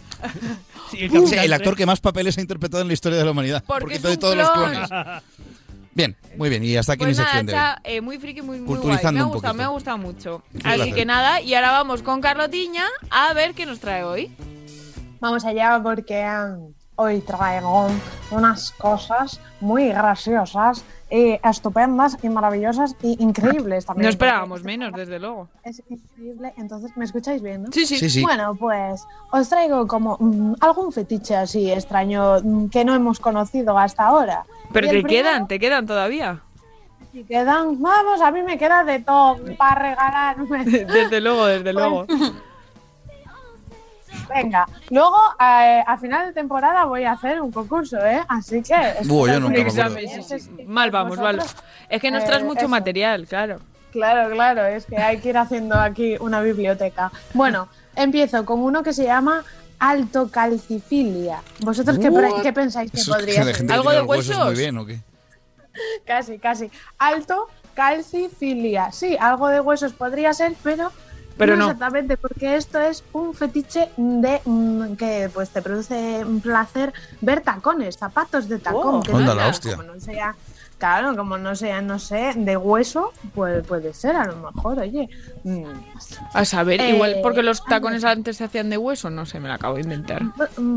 A: Sí, el
B: Sí,
A: Capitán
B: el actor
A: Tre-
B: que más papeles ha interpretado en la historia de la humanidad.
L: Porque
B: porque
L: es
B: de
L: un
B: todos los
L: clon.
B: clones. Bien, muy bien. Y hasta aquí
L: Pues
B: mi
L: nada,
B: sección de hoy.
L: está eh, muy friki, muy, muy guay.
B: Culturizando
L: Me ha
B: un
L: gustado,
B: poquito.
L: me ha gustado mucho.
B: Un
L: Así
B: placer.
L: que nada, y ahora vamos con Carlotiña a ver qué nos trae hoy.
N: Vamos allá porque mm, hoy traigo unas cosas muy graciosas, eh, estupendas y maravillosas y increíbles también.
L: No esperábamos menos, desde luego.
N: Es increíble, entonces me escucháis bien, ¿no?
L: Sí, sí. Sí, sí.
N: Bueno, pues os traigo como mm, algún fetiche así extraño mm, que no hemos conocido hasta ahora.
L: Pero
N: Y el
L: te
N: primero-
L: quedan, te quedan todavía.
N: Si quedan, vamos, a mí me queda de todo para regalarme.
L: Desde luego, desde luego.
N: Venga, luego eh, a final de temporada voy a hacer un concurso, ¿eh? Así que.
B: Buh, yo nunca me
L: Examen, sí, sí. Mal vamos, mal.
N: Vosotros,
L: Es que nos
N: eh,
L: traes mucho
N: eso.
L: material, claro.
N: Claro, claro, es que hay que ir haciendo aquí una biblioteca. Bueno, empiezo con uno que se llama Alto Calcifilia. ¿Vosotros qué, pre-
L: Ah.
B: What?
N: qué pensáis que
B: Eso es que
N: podría
B: la
N: ser?
B: gente que tiene los Muy bien, ¿o qué?
N: Casi, casi. Alto calcifilia. Sí, algo de huesos podría ser, pero,
L: Pero no.
N: exactamente, porque esto es un fetiche de mm, que pues te produce un placer ver tacones, zapatos de tacón.
L: Oh. Pues
N: que no
B: Onda, la
N: sea-
B: hostia.
N: Como no sea, claro, como no sea, no sé, de hueso, pues puede ser a lo mejor, oye. mm,
L: A saber,
N: Eh,
L: igual porque los tacones antes se hacían de hueso, no sé, me la acabo de inventar.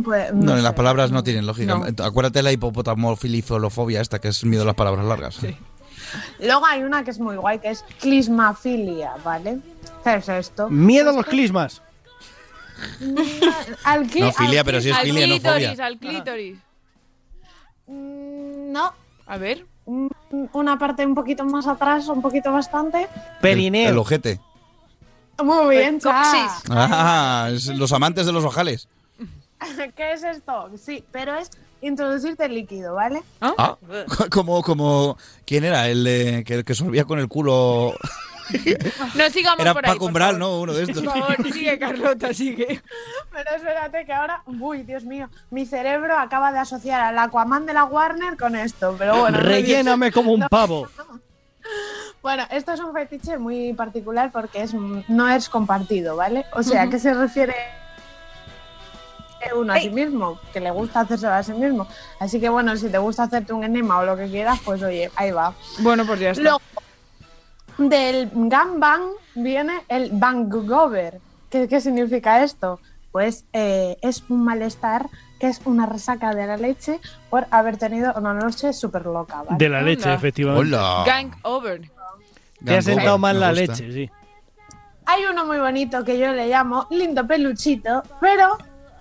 N: pues,
B: No, las palabras no tienen lógica.
L: No.
B: Ent- Acuérdate la hipopotamofilizolofobia esta, que es miedo a las palabras largas.
N: Luego hay una que es muy guay, que es clismafilia, ¿vale? ¿Qué es esto?
A: Miedo a los clismas.
N: Al cli-
B: No, filia,
N: al
B: pero sí es
N: cli-
B: filia, no
L: Clítoris,
B: fobia.
L: al clítoris.
N: No.
L: A ver.
N: Una parte un poquito más atrás, un poquito bastante.
A: Perineo.
B: El, el ojete.
N: Muy bien, Cha.
B: Ah, es los amantes de los ojales.
N: ¿Qué es esto? Sí, pero es introducirte el líquido, ¿vale?
B: Ah, como, como, ¿quién era? El de- que, que solvía con el culo.
L: No sigamos
B: Era
L: por ahí.
B: Paco Umbral, ¿no? Uno de estos.
L: Por favor, sigue, Carlota, sigue.
N: Pero espérate que ahora, uy, Dios mío, mi cerebro acaba de asociar al Aquaman de la Warner con esto, pero bueno. muy bien.
A: Relléname como un pavo.
N: Bueno, esto es un fetiche muy particular porque es no es compartido, ¿vale? O sea, ¿a qué se refiere uno a sí mismo? Que le gusta hacerse a sí mismo. Así que bueno, si te gusta hacerte un enema o lo que quieras, pues oye, ahí va.
L: Bueno, pues ya está.
N: Luego, del gangbang viene el bangover. ¿Qué, qué significa esto? Pues eh, es un malestar que es una resaca de la leche por haber tenido una noche súper loca. ¿vale?
O: De la leche, efectivamente.
B: Ah.
L: Gang over.
A: Te ha sentado mal
O: me
A: la
O: gusta.
A: leche, sí.
N: Hay uno muy bonito que yo le llamo lindo peluchito, pero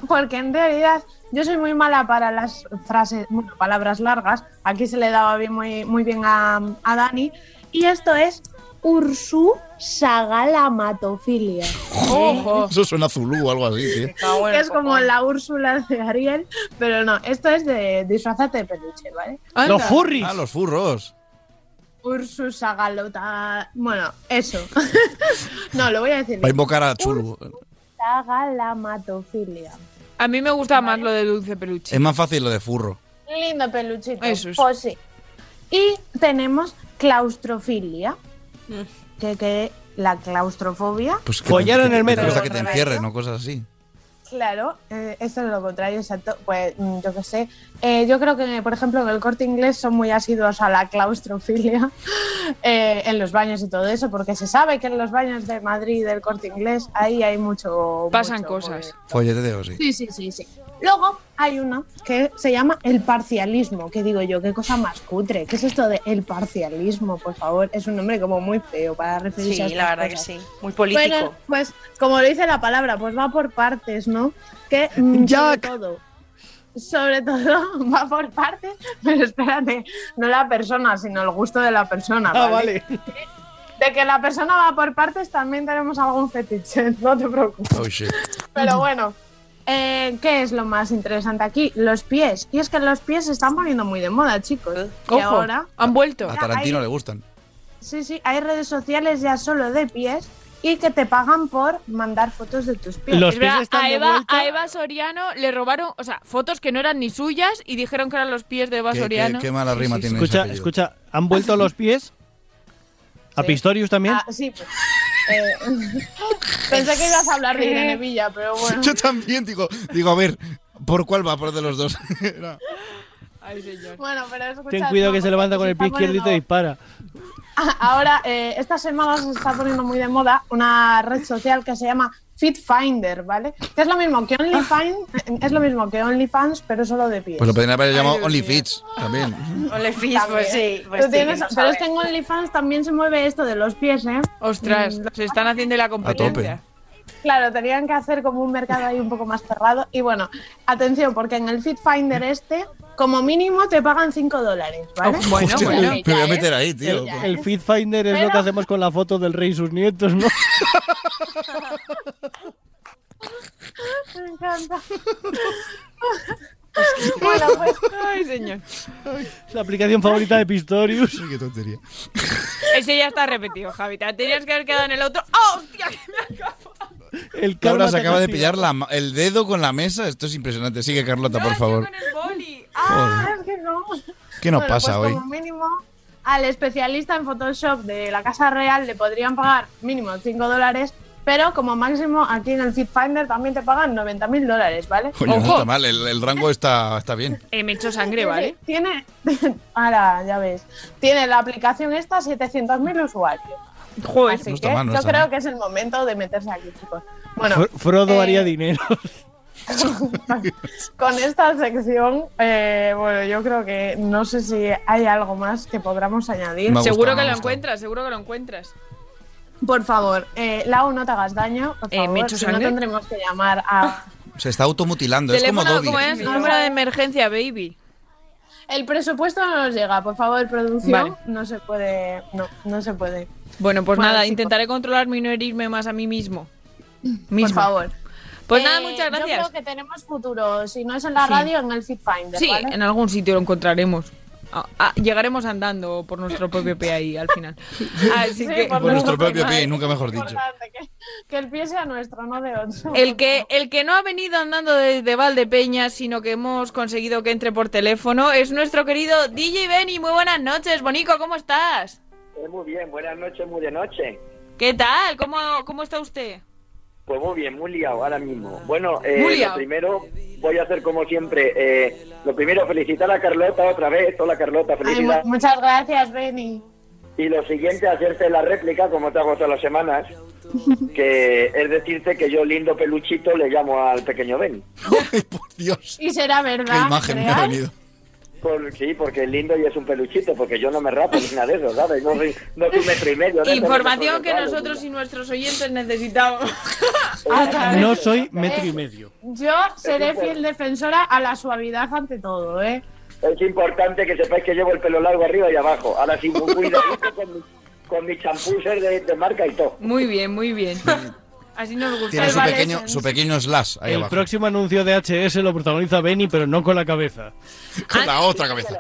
N: porque en realidad yo soy muy mala para las frases, bueno, palabras largas. Aquí se le daba bien, muy, muy bien a, a Dani. Y esto es Ursu Sagalamatofilia.
L: Ojo.
B: Eso suena zulú o algo así, tío.
N: Que es como la Úrsula de Ariel, pero no, esto es de disfrazate de peluche, ¿vale?
B: Ah, los furros.
N: Ursu Sagalota. Bueno, eso. no, lo voy a decir.
B: Para invocar a Chulu.
N: Sagalamatofilia.
L: A mí me gusta más lo de dulce peluche.
B: Es más fácil lo de furro.
N: Lindo peluchito.
L: Eso es.
N: Pues sí. Y tenemos claustrofilia,
L: Mm.
N: que, que la claustrofobia,
B: Pues que
A: Follar
B: te-
A: en el
B: que te
A: metro.
B: gusta que te encierren o cosas así.
N: claro, eh, esto es lo contrario, exacto. Pues mm, yo qué sé. Eh, yo creo que, por ejemplo, en el corte inglés son muy asiduos a la claustrofilia eh, en los baños y todo eso, porque se sabe que en los baños de Madrid y del corte inglés ahí hay mucho.
L: Pasan
N: mucho pues,
L: cosas.
B: Folleteo, sí.
N: Sí, sí, sí, sí. Luego hay una que se llama el parcialismo, que digo yo, qué cosa más cutre. ¿Qué es esto de el parcialismo, por favor? Es un nombre como muy feo para referirse a
F: Sí,
N: estas
F: la verdad que
N: cosas.
F: sí. Muy político.
N: Bueno, pues como lo dice la palabra, pues va por partes, ¿no? Que mm,
A: Jack.
N: sobre todo, sobre todo va por partes, pero espérate, no la persona, sino el gusto de la persona.
A: Ah,
N: ¿vale?
A: vale.
N: De que la persona va por partes también tenemos algún fetiche, no te preocupes.
B: Oh, shit.
N: Pero bueno, eh, ¿qué es lo más interesante aquí? Los pies. Y es que los pies se están poniendo muy de moda,
F: Eh,
N: chicos. Y
L: Ojo,
N: ahora,
L: han vuelto.
B: A Tarantino le gustan.
N: sí, sí, hay redes sociales ya solo de pies y que te pagan por mandar fotos de tus pies.
L: Es verdad, a, Eva, a Eva Soriano le robaron, o sea, fotos que no eran ni suyas y dijeron que eran los pies de Eva
B: Qué- qué-
L: Soriano.
B: qué mala rima tiene ese
A: Escucha,
B: apellido.
A: escucha, ¿han vuelto los pies? ¿A Pistorius también?
N: Ah, sí, pues, eh, pensé que ibas a hablar de Irene Villa, pero bueno.
B: Yo también digo, digo, a ver, ¿por cuál va? ¿Por de los dos? No.
N: Bueno, pero escucha,
A: Ten cuidado
N: no,
A: que se
N: porque
A: levanta con
N: se
A: el pie
N: está
A: izquierdo y te
N: poniendo-
A: dispara.
N: Ahora, eh, esta semana se está poniendo muy de moda una red social que se llama FitFinder, ¿vale? Que es lo mismo que OnlyFans, es lo mismo que OnlyFans, pero solo de pies.
B: Pues lo podrían haber llamado OnlyFits también.
F: OnlyFans, pues sí. Pues
N: ¿eh? Tú
F: sí,
N: tienes-
F: que no
N: pero este es
F: sabes.
N: que en OnlyFans también se mueve esto de los pies, ¿eh?
L: Ostras,
N: Mm,
L: se están haciendo la competencia.
N: Claro, tenían que hacer como un mercado ahí un poco más cerrado. Y bueno, atención, porque en el FitFinder este, como mínimo te pagan 5 dólares,
L: Ah,
N: ¿vale?
B: Hostia, Me voy a
A: ¿eh?
B: meter ahí, tío.
A: El Feed Finder es lo que
N: Pero-
A: hacemos con la foto del rey y sus nietos, ¿no?
N: Me encanta. bueno, pues
L: Ay, señor.
A: Es la aplicación favorita de Pistorius.
B: Qué tontería.
L: Es Ese ya está repetido, Javi. Te tenías que haber quedado en el otro. ¡Oh, hostia! que me acabo!
A: El
B: Laura
A: karma
B: se
A: te
B: acaba de
A: castiga.
B: pillar la ma- el dedo con la mesa. Esto es impresionante. Sigue, Carlota, por favor.
L: Con el boli.
N: Ah, es que no.
B: ¿Qué nos
N: Bueno,
B: pasa
N: pues
B: hoy?
N: Como mínimo, al especialista en Photoshop de la Casa Real le podrían pagar mínimo 5 dólares, pero como máximo aquí en el FitFinder también te pagan 90 mil dólares, ¿vale?
B: Coño, no está mal. El, el rango está, está bien.
L: Eh, me echó sangre, ¿vale?
N: Tiene, ahora ya ves, tiene la aplicación esta 700.000 usuarios.
L: Joder.
N: Así
A: No está
N: que
A: mal, no
N: ¿eh? yo
A: está
N: creo
A: mal.
N: que es el momento de meterse aquí, chicos.
A: Fro- Frodo
N: eh,
A: haría dinero.
N: Con esta sección, eh, bueno, yo creo que no sé si hay algo más que podamos añadir.
L: seguro que lo encuentras, seguro que lo encuentras.
N: Por favor, eh, Lau, no te hagas daño. Por
L: Eh, ¿me
N: favor,
L: echo
N: si no
L: sangre?
N: tendremos que llamar a.
B: Se está automutilando. Es como
L: Teléfono,
B: Dobby.
L: ¿cómo es? Número de emergencia, baby.
N: El presupuesto no nos llega, por favor, producción.
L: Vale.
N: No se puede. No, no se puede.
L: Bueno, pues
N: Bueno,
L: nada,
N: chicos.
L: intentaré controlarme y no herirme más a mí mismo.
N: Por favor.
L: Pues nada,
N: Eh,
L: muchas gracias.
N: Yo creo que tenemos futuro. Si no es en la
L: Sí.
N: radio, en el FitFinder.
L: Sí,
N: ¿vale?
L: en algún sitio lo encontraremos. Ah, ah, llegaremos andando por nuestro propio pie ahí al final. Así
N: Sí,
L: que
B: Por nuestro propio pie, nunca mejor dicho.
N: Importante, que, que el pie sea nuestro, no de otro.
L: El que, el que no ha venido andando desde Valdepeña, sino que hemos conseguido que entre por teléfono, es nuestro querido DJ Benny. Muy buenas noches, Bonico, ¿cómo estás?
O: Eh, muy bien, buenas noches, muy de noche.
L: ¿Qué tal? ¿Cómo, cómo está usted?
O: Pues muy bien, muy liado ahora mismo. Bueno, eh,
L: Muy liado.
O: lo primero voy a hacer como siempre. eh, lo primero, felicitar a Carlota otra vez. Hola Carlota,
N: Ay, mu-
O: felicidades.
N: muchas gracias, Benny.
O: Y lo siguiente, hacerte la réplica, como te hago todas las semanas, que es decirte que yo, lindo peluchito, le llamo al pequeño Ben.
N: Y será verdad. ¿real?
O: Por- sí, porque es lindo y es un peluchito, porque yo no me rapo ni nada de eso, ¿sabes? No soy, no soy un metro y medio. no soy
L: Información
O: metro
L: que
O: cuadrado,
L: nosotros y nuestros oyentes necesitamos.
A: No
N: eh,
A: soy metro y medio.
N: Yo seré fiel defensora a la suavidad ante todo, ¿eh?
O: Es importante que sepáis que llevo el pelo largo arriba y abajo. Ahora sí, muy cuidadito con, mi- con mis champuses de, de marca y todo.
L: Muy bien, muy bien. Así nos gusta.
B: Tiene
N: Pues
B: su pequeño, su pequeño slash ahí
A: el
B: abajo.
A: próximo anuncio de HS lo protagoniza Benny, pero no con la cabeza.
B: Con la
L: Ah,
B: otra cabeza.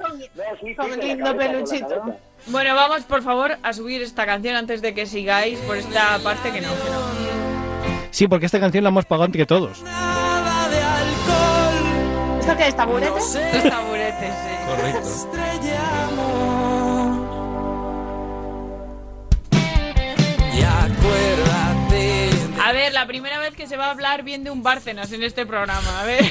N: Con lindo peluchito.
L: Bueno, vamos por favor a subir esta canción antes de que sigáis por esta parte que no. que no.
A: Sí, porque esta canción la hemos pagado antes que todos.
N: ¿Esto qué es, taburete?
L: Los taburetes, sí.
P: Y acuérdate.
L: A ver, la primera vez que se va a hablar bien de un Bárcenas en este programa. A ver.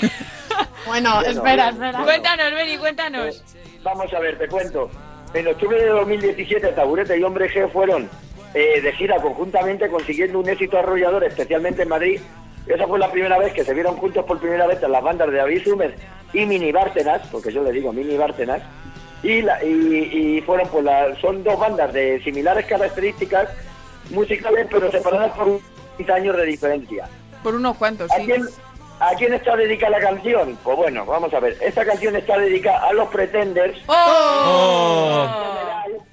N: Bueno, espera, espera.
L: Cuéntanos, Beni, cuéntanos.
O: Vamos a ver, te cuento. En octubre de 2017, Taburete y Hombre G fueron eh, de gira conjuntamente consiguiendo un éxito arrollador, especialmente en Madrid. Esa fue la primera vez que se vieron juntos por primera vez en las bandas de David Summers y Mini Bárcenas, porque yo le digo Mini Bárcenas, y, la- y- y fueron pues la- son dos bandas de similares características musicales, pero separadas por 15 años de diferencia.
L: Por unos cuantos,
O: ¿A
L: sí.
O: quién, ¿A quién está dedicada la canción? Pues bueno, vamos a ver. Esta canción está dedicada a los Pretenders.
L: ¡Oh!
O: En general,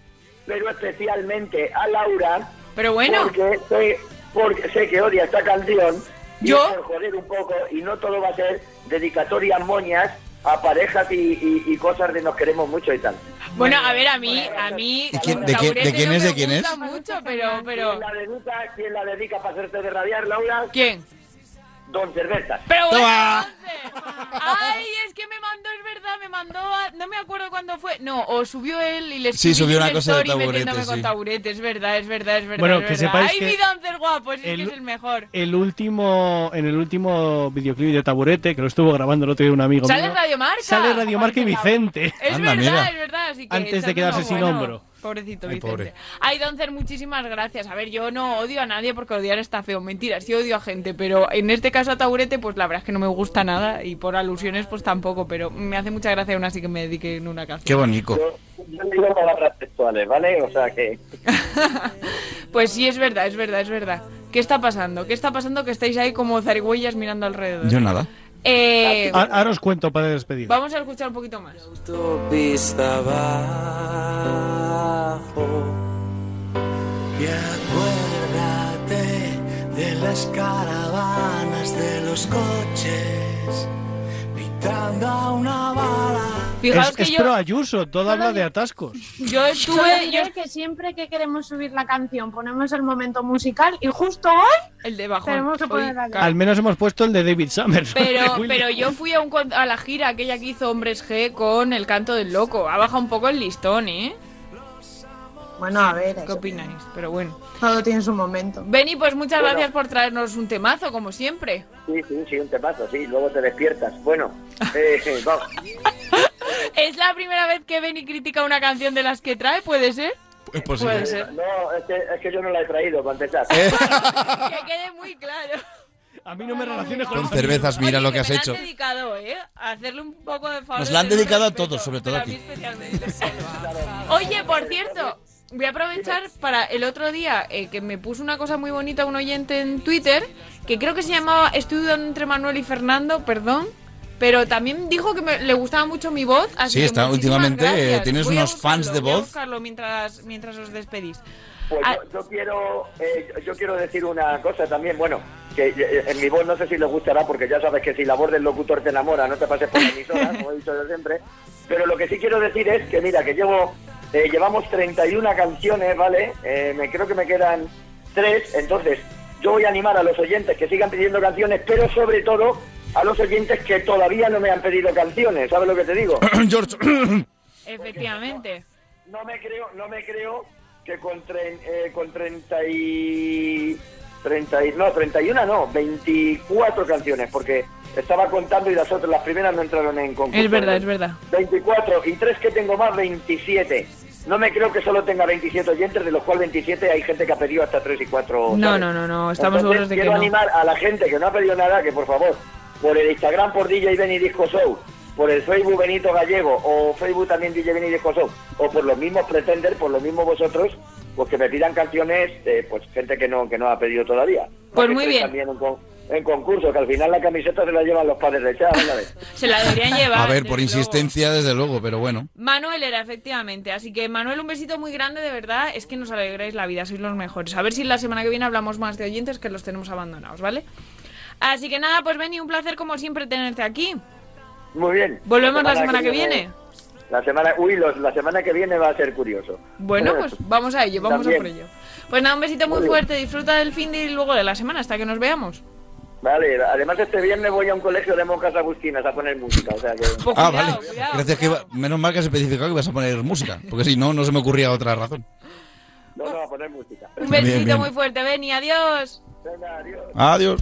O: Pero especialmente a Laura.
L: Pero bueno.
O: Porque sé, porque sé que odia esta canción. y
L: ¿Yo?
O: es por joder un poco. Y no todo va a ser dedicatorias moñas a parejas y, y- y cosas de nos queremos mucho y tal.
L: Bueno, a ver, a mí, a mí.
B: ¿De quién- de quién- de
L: Taburete
B: quién
L: no
B: es,
L: me
B: de quién es?
L: gusta mucho, pero,
O: ¿Quién
L: pero.
O: la dedica, quién la dedica para hacerte de rabiar, Laura?
L: ¿Quién?
O: Don Cervezas.
L: Pero bueno,
O: Toma.
L: entonces. Ay, es que me mandó, es verdad, me mandó. a- no me acuerdo cuándo fue. No, o subió él y le
B: Sí,
L: escribí
B: subió una
L: un
B: cosa de
L: story
B: taburete,
L: metiéndome con
B: sí.
L: taburete, es verdad, es verdad, es verdad.
A: Bueno,
L: es
A: que
L: verdad.
A: sepáis
L: Ay,
A: que
L: mi dancer guapo, sí
A: el-
L: que es el mejor.
A: El último, en el último videoclip de Taburete, que lo estuvo grabando el otro día un amigo
L: Sale
A: mío,
L: Radio Marca.
A: sale Radio Marca y Vicente.
L: Es verdad, es verdad. Así que
A: Antes de
L: echadle
A: quedarse
L: uno
A: sin
L: bueno.
A: hombro.
L: Pobrecito
A: Ay,
L: Vicente.
A: pobre.
L: Ay, Doncer, muchísimas gracias. A ver, yo no odio a nadie porque odiar está feo. Mentira, sí odio a gente, pero en este caso a Taburete, pues la verdad es que no me gusta nada y por alusiones, pues tampoco, pero me hace mucha gracia aún así que me dediquen una canción.
B: Qué bonito.
O: Yo digo palabras textuales, ¿vale? O sea que.
L: Pues sí, es verdad, es verdad, es verdad. ¿Qué está pasando? ¿Qué está pasando que estáis ahí como zarigüeyas mirando alrededor?
A: Yo Ah, nada.
L: Eh,
A: A- Ahora os cuento para despedir.
L: vamos a escuchar un poquito más.
P: Autopista abajo y acuérdate de las caravanas de los coches
L: Fijaos
A: es,
L: que
A: es
L: yo-
A: pro Ayuso, todo habla de atascos.
L: eh, Yo
N: Solo
L: estuve.
N: diré que siempre que queremos subir la canción ponemos el momento musical y justo hoy
L: el de bajón.
N: tenemos que
L: Hoy,
N: poner la
A: Al menos hemos puesto el de David Summers.
L: Pero,
A: Will-
L: pero yo fui a, un, con- a la gira aquella que hizo Hombres G con el canto del loco. Ha bajado un poco el listón, ¿eh?
N: Bueno, a ver.
L: ¿Qué opináis? Pero bueno.
N: Todo tiene su momento.
L: Beni, pues muchas
O: Bueno.
L: gracias por traernos un temazo, como siempre.
O: Sí, sí, sí, un temazo, sí, luego te despiertas. Bueno, eh, vamos.
L: ¿Es la primera vez que Beni critica una canción de las que trae? ¿Puede ser?
B: Es
L: Puede ser.
O: No, es que, es que yo no la he traído para empezar.
P: ¿Eh?
L: Que quede muy claro.
A: A mí no me relaciones
B: Con cervezas, Pues mira lo que has
L: me la
B: hecho.
L: han dedicado, ¿eh? A hacerle un poco de favor.
B: Nos la han
L: de
B: dedicado a
L: respeto,
B: todos, sobre todo
L: pero
B: a ti.
L: mí especialmente. Oye, por cierto, voy a aprovechar para el otro día eh, que me puso una cosa muy bonita un oyente en Twitter, que creo que se llamaba Estoy dudando entre Manuel y Fernando, perdón. Pero también dijo que me- le gustaba mucho mi voz. Así
B: Sí,
L: que
B: está-
L: muchísimas
B: últimamente, eh,
L: gracias.
B: tienes
L: Voy a
B: unos fans
L: buscarlo,
B: de
L: voy a
B: voz.
L: buscarlo mientras, mientras os despedís.
O: Pues
L: Ah.
O: yo, yo quiero, eh, yo quiero decir una cosa también, bueno, que eh, en mi voz no sé si les gustará, porque ya sabes que si la voz del locutor te enamora, no te pases por la emisora, como he dicho yo siempre. Pero lo que sí quiero decir es que, mira, que llevo, eh, llevamos 31 canciones, ¿vale? Eh, me creo que me quedan tres, entonces yo voy a animar a los oyentes que sigan pidiendo canciones, pero sobre todo a los oyentes que todavía no me han pedido canciones, ¿sabes lo que te digo?
B: George.
L: Efectivamente.
O: No me creo, no me creo que con, tre- eh, con 30 y, 30 y- no, 31 no, 24 canciones, porque estaba contando y las otras, las primeras no entraron en concurso.
L: Es verdad, es verdad.
O: 24 y tres que tengo más, 27. No me creo que solo tenga 27 oyentes, de los cuales 27 hay gente que ha pedido hasta 3 y 4.
L: No, no, no, no, estamos seguros de que
O: quiero
L: no.
O: animar a la gente que no ha pedido nada, que por favor, por el Instagram por DJ Beni Disco Show, por el Facebook Benito Gallego, o Facebook también DJ Beni Disco Show, o por los mismos Pretender, por los mismos vosotros, pues que me pidan canciones, de, pues gente que no, que no ha pedido todavía.
L: Pues
O: Que
L: muy
O: estoy
L: bien.
O: También en, con- en concurso, que al final la camiseta se la llevan los padres de Chávez, ¿sabes?
L: Se la deberían llevar.
B: A ver, por
L: desde luego.
B: insistencia, desde luego, pero bueno.
L: Manuel era, efectivamente. Así que, Manuel, un besito muy grande, de verdad. Es que nos alegráis la vida, sois los mejores. A ver si la semana que viene hablamos más de oyentes que los tenemos abandonados, ¿vale? Así que nada, pues Benny, un placer como siempre tenerte aquí.
O: Muy bien.
L: Volvemos la semana que viene.
O: La semana, uy, los- la semana que viene va a ser curioso.
L: Bueno, pues vamos a ello, vamos a por
O: También.
L: ello. Pues nada, un besito muy
O: Muy bien.
L: fuerte, disfruta del fin de y luego de la semana, hasta que nos veamos.
O: Vale, además este viernes voy a un colegio de monjas agustinas a poner música, o sea que...
L: Oh, Pues
B: ah, vale. Gracias que iba- menos mal que has especificado que ibas a poner música, porque si no, no se me ocurría otra razón.
O: No, no, a poner música.
L: Un
B: Bien,
L: besito
B: bien.
L: muy fuerte, Benny, adiós.
B: Adiós.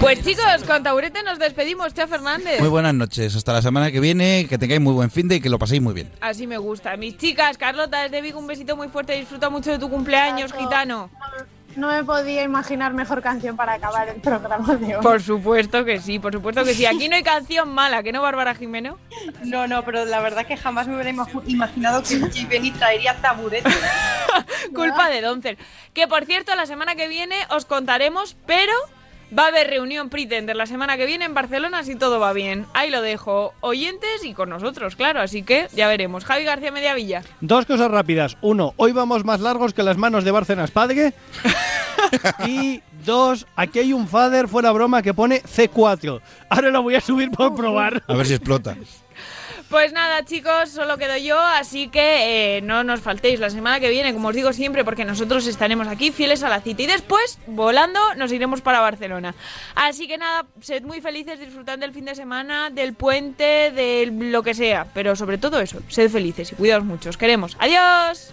L: Pues chicos, con Taburete nos despedimos, Chá Fernández.
B: Muy buenas noches. Hasta la semana que viene. Que tengáis muy buen fin de y que lo paséis muy bien.
L: Así me gusta. Mis chicas, Carlota, desde Vigo, un besito muy fuerte. Disfruta mucho de tu cumpleaños, gitano.
N: No me podía imaginar mejor canción para acabar el programa de hoy.
L: Por supuesto que sí, por supuesto que sí. Aquí no hay canción mala, que no, Bárbara Jimeno.
F: No, no, pero la verdad que jamás me hubiera ima- imaginado que J. Benny traería taburete.
L: Culpa de Doncer. Que por cierto, la semana que viene os contaremos, pero va a haber reunión Pretender la semana que viene en Barcelona si todo va bien. Ahí lo dejo. Oyentes y con nosotros, claro. Así que ya veremos. Javi García Mediavilla.
A: Dos cosas rápidas. Uno, hoy vamos más largos que las manos de Bárcenas Padre. y dos, aquí hay un father, fuera broma, que pone C4. Ahora lo voy a subir por probar.
B: A ver si explota.
L: Pues nada, chicos, solo quedo yo, así que eh, no nos faltéis la semana que viene, como os digo siempre, porque nosotros estaremos aquí fieles a la cita y después, volando, nos iremos para Barcelona. Así que nada, sed muy felices, disfrutad del fin de semana, del puente, de lo que sea, pero sobre todo eso, sed felices y cuidaos mucho, os queremos. ¡Adiós!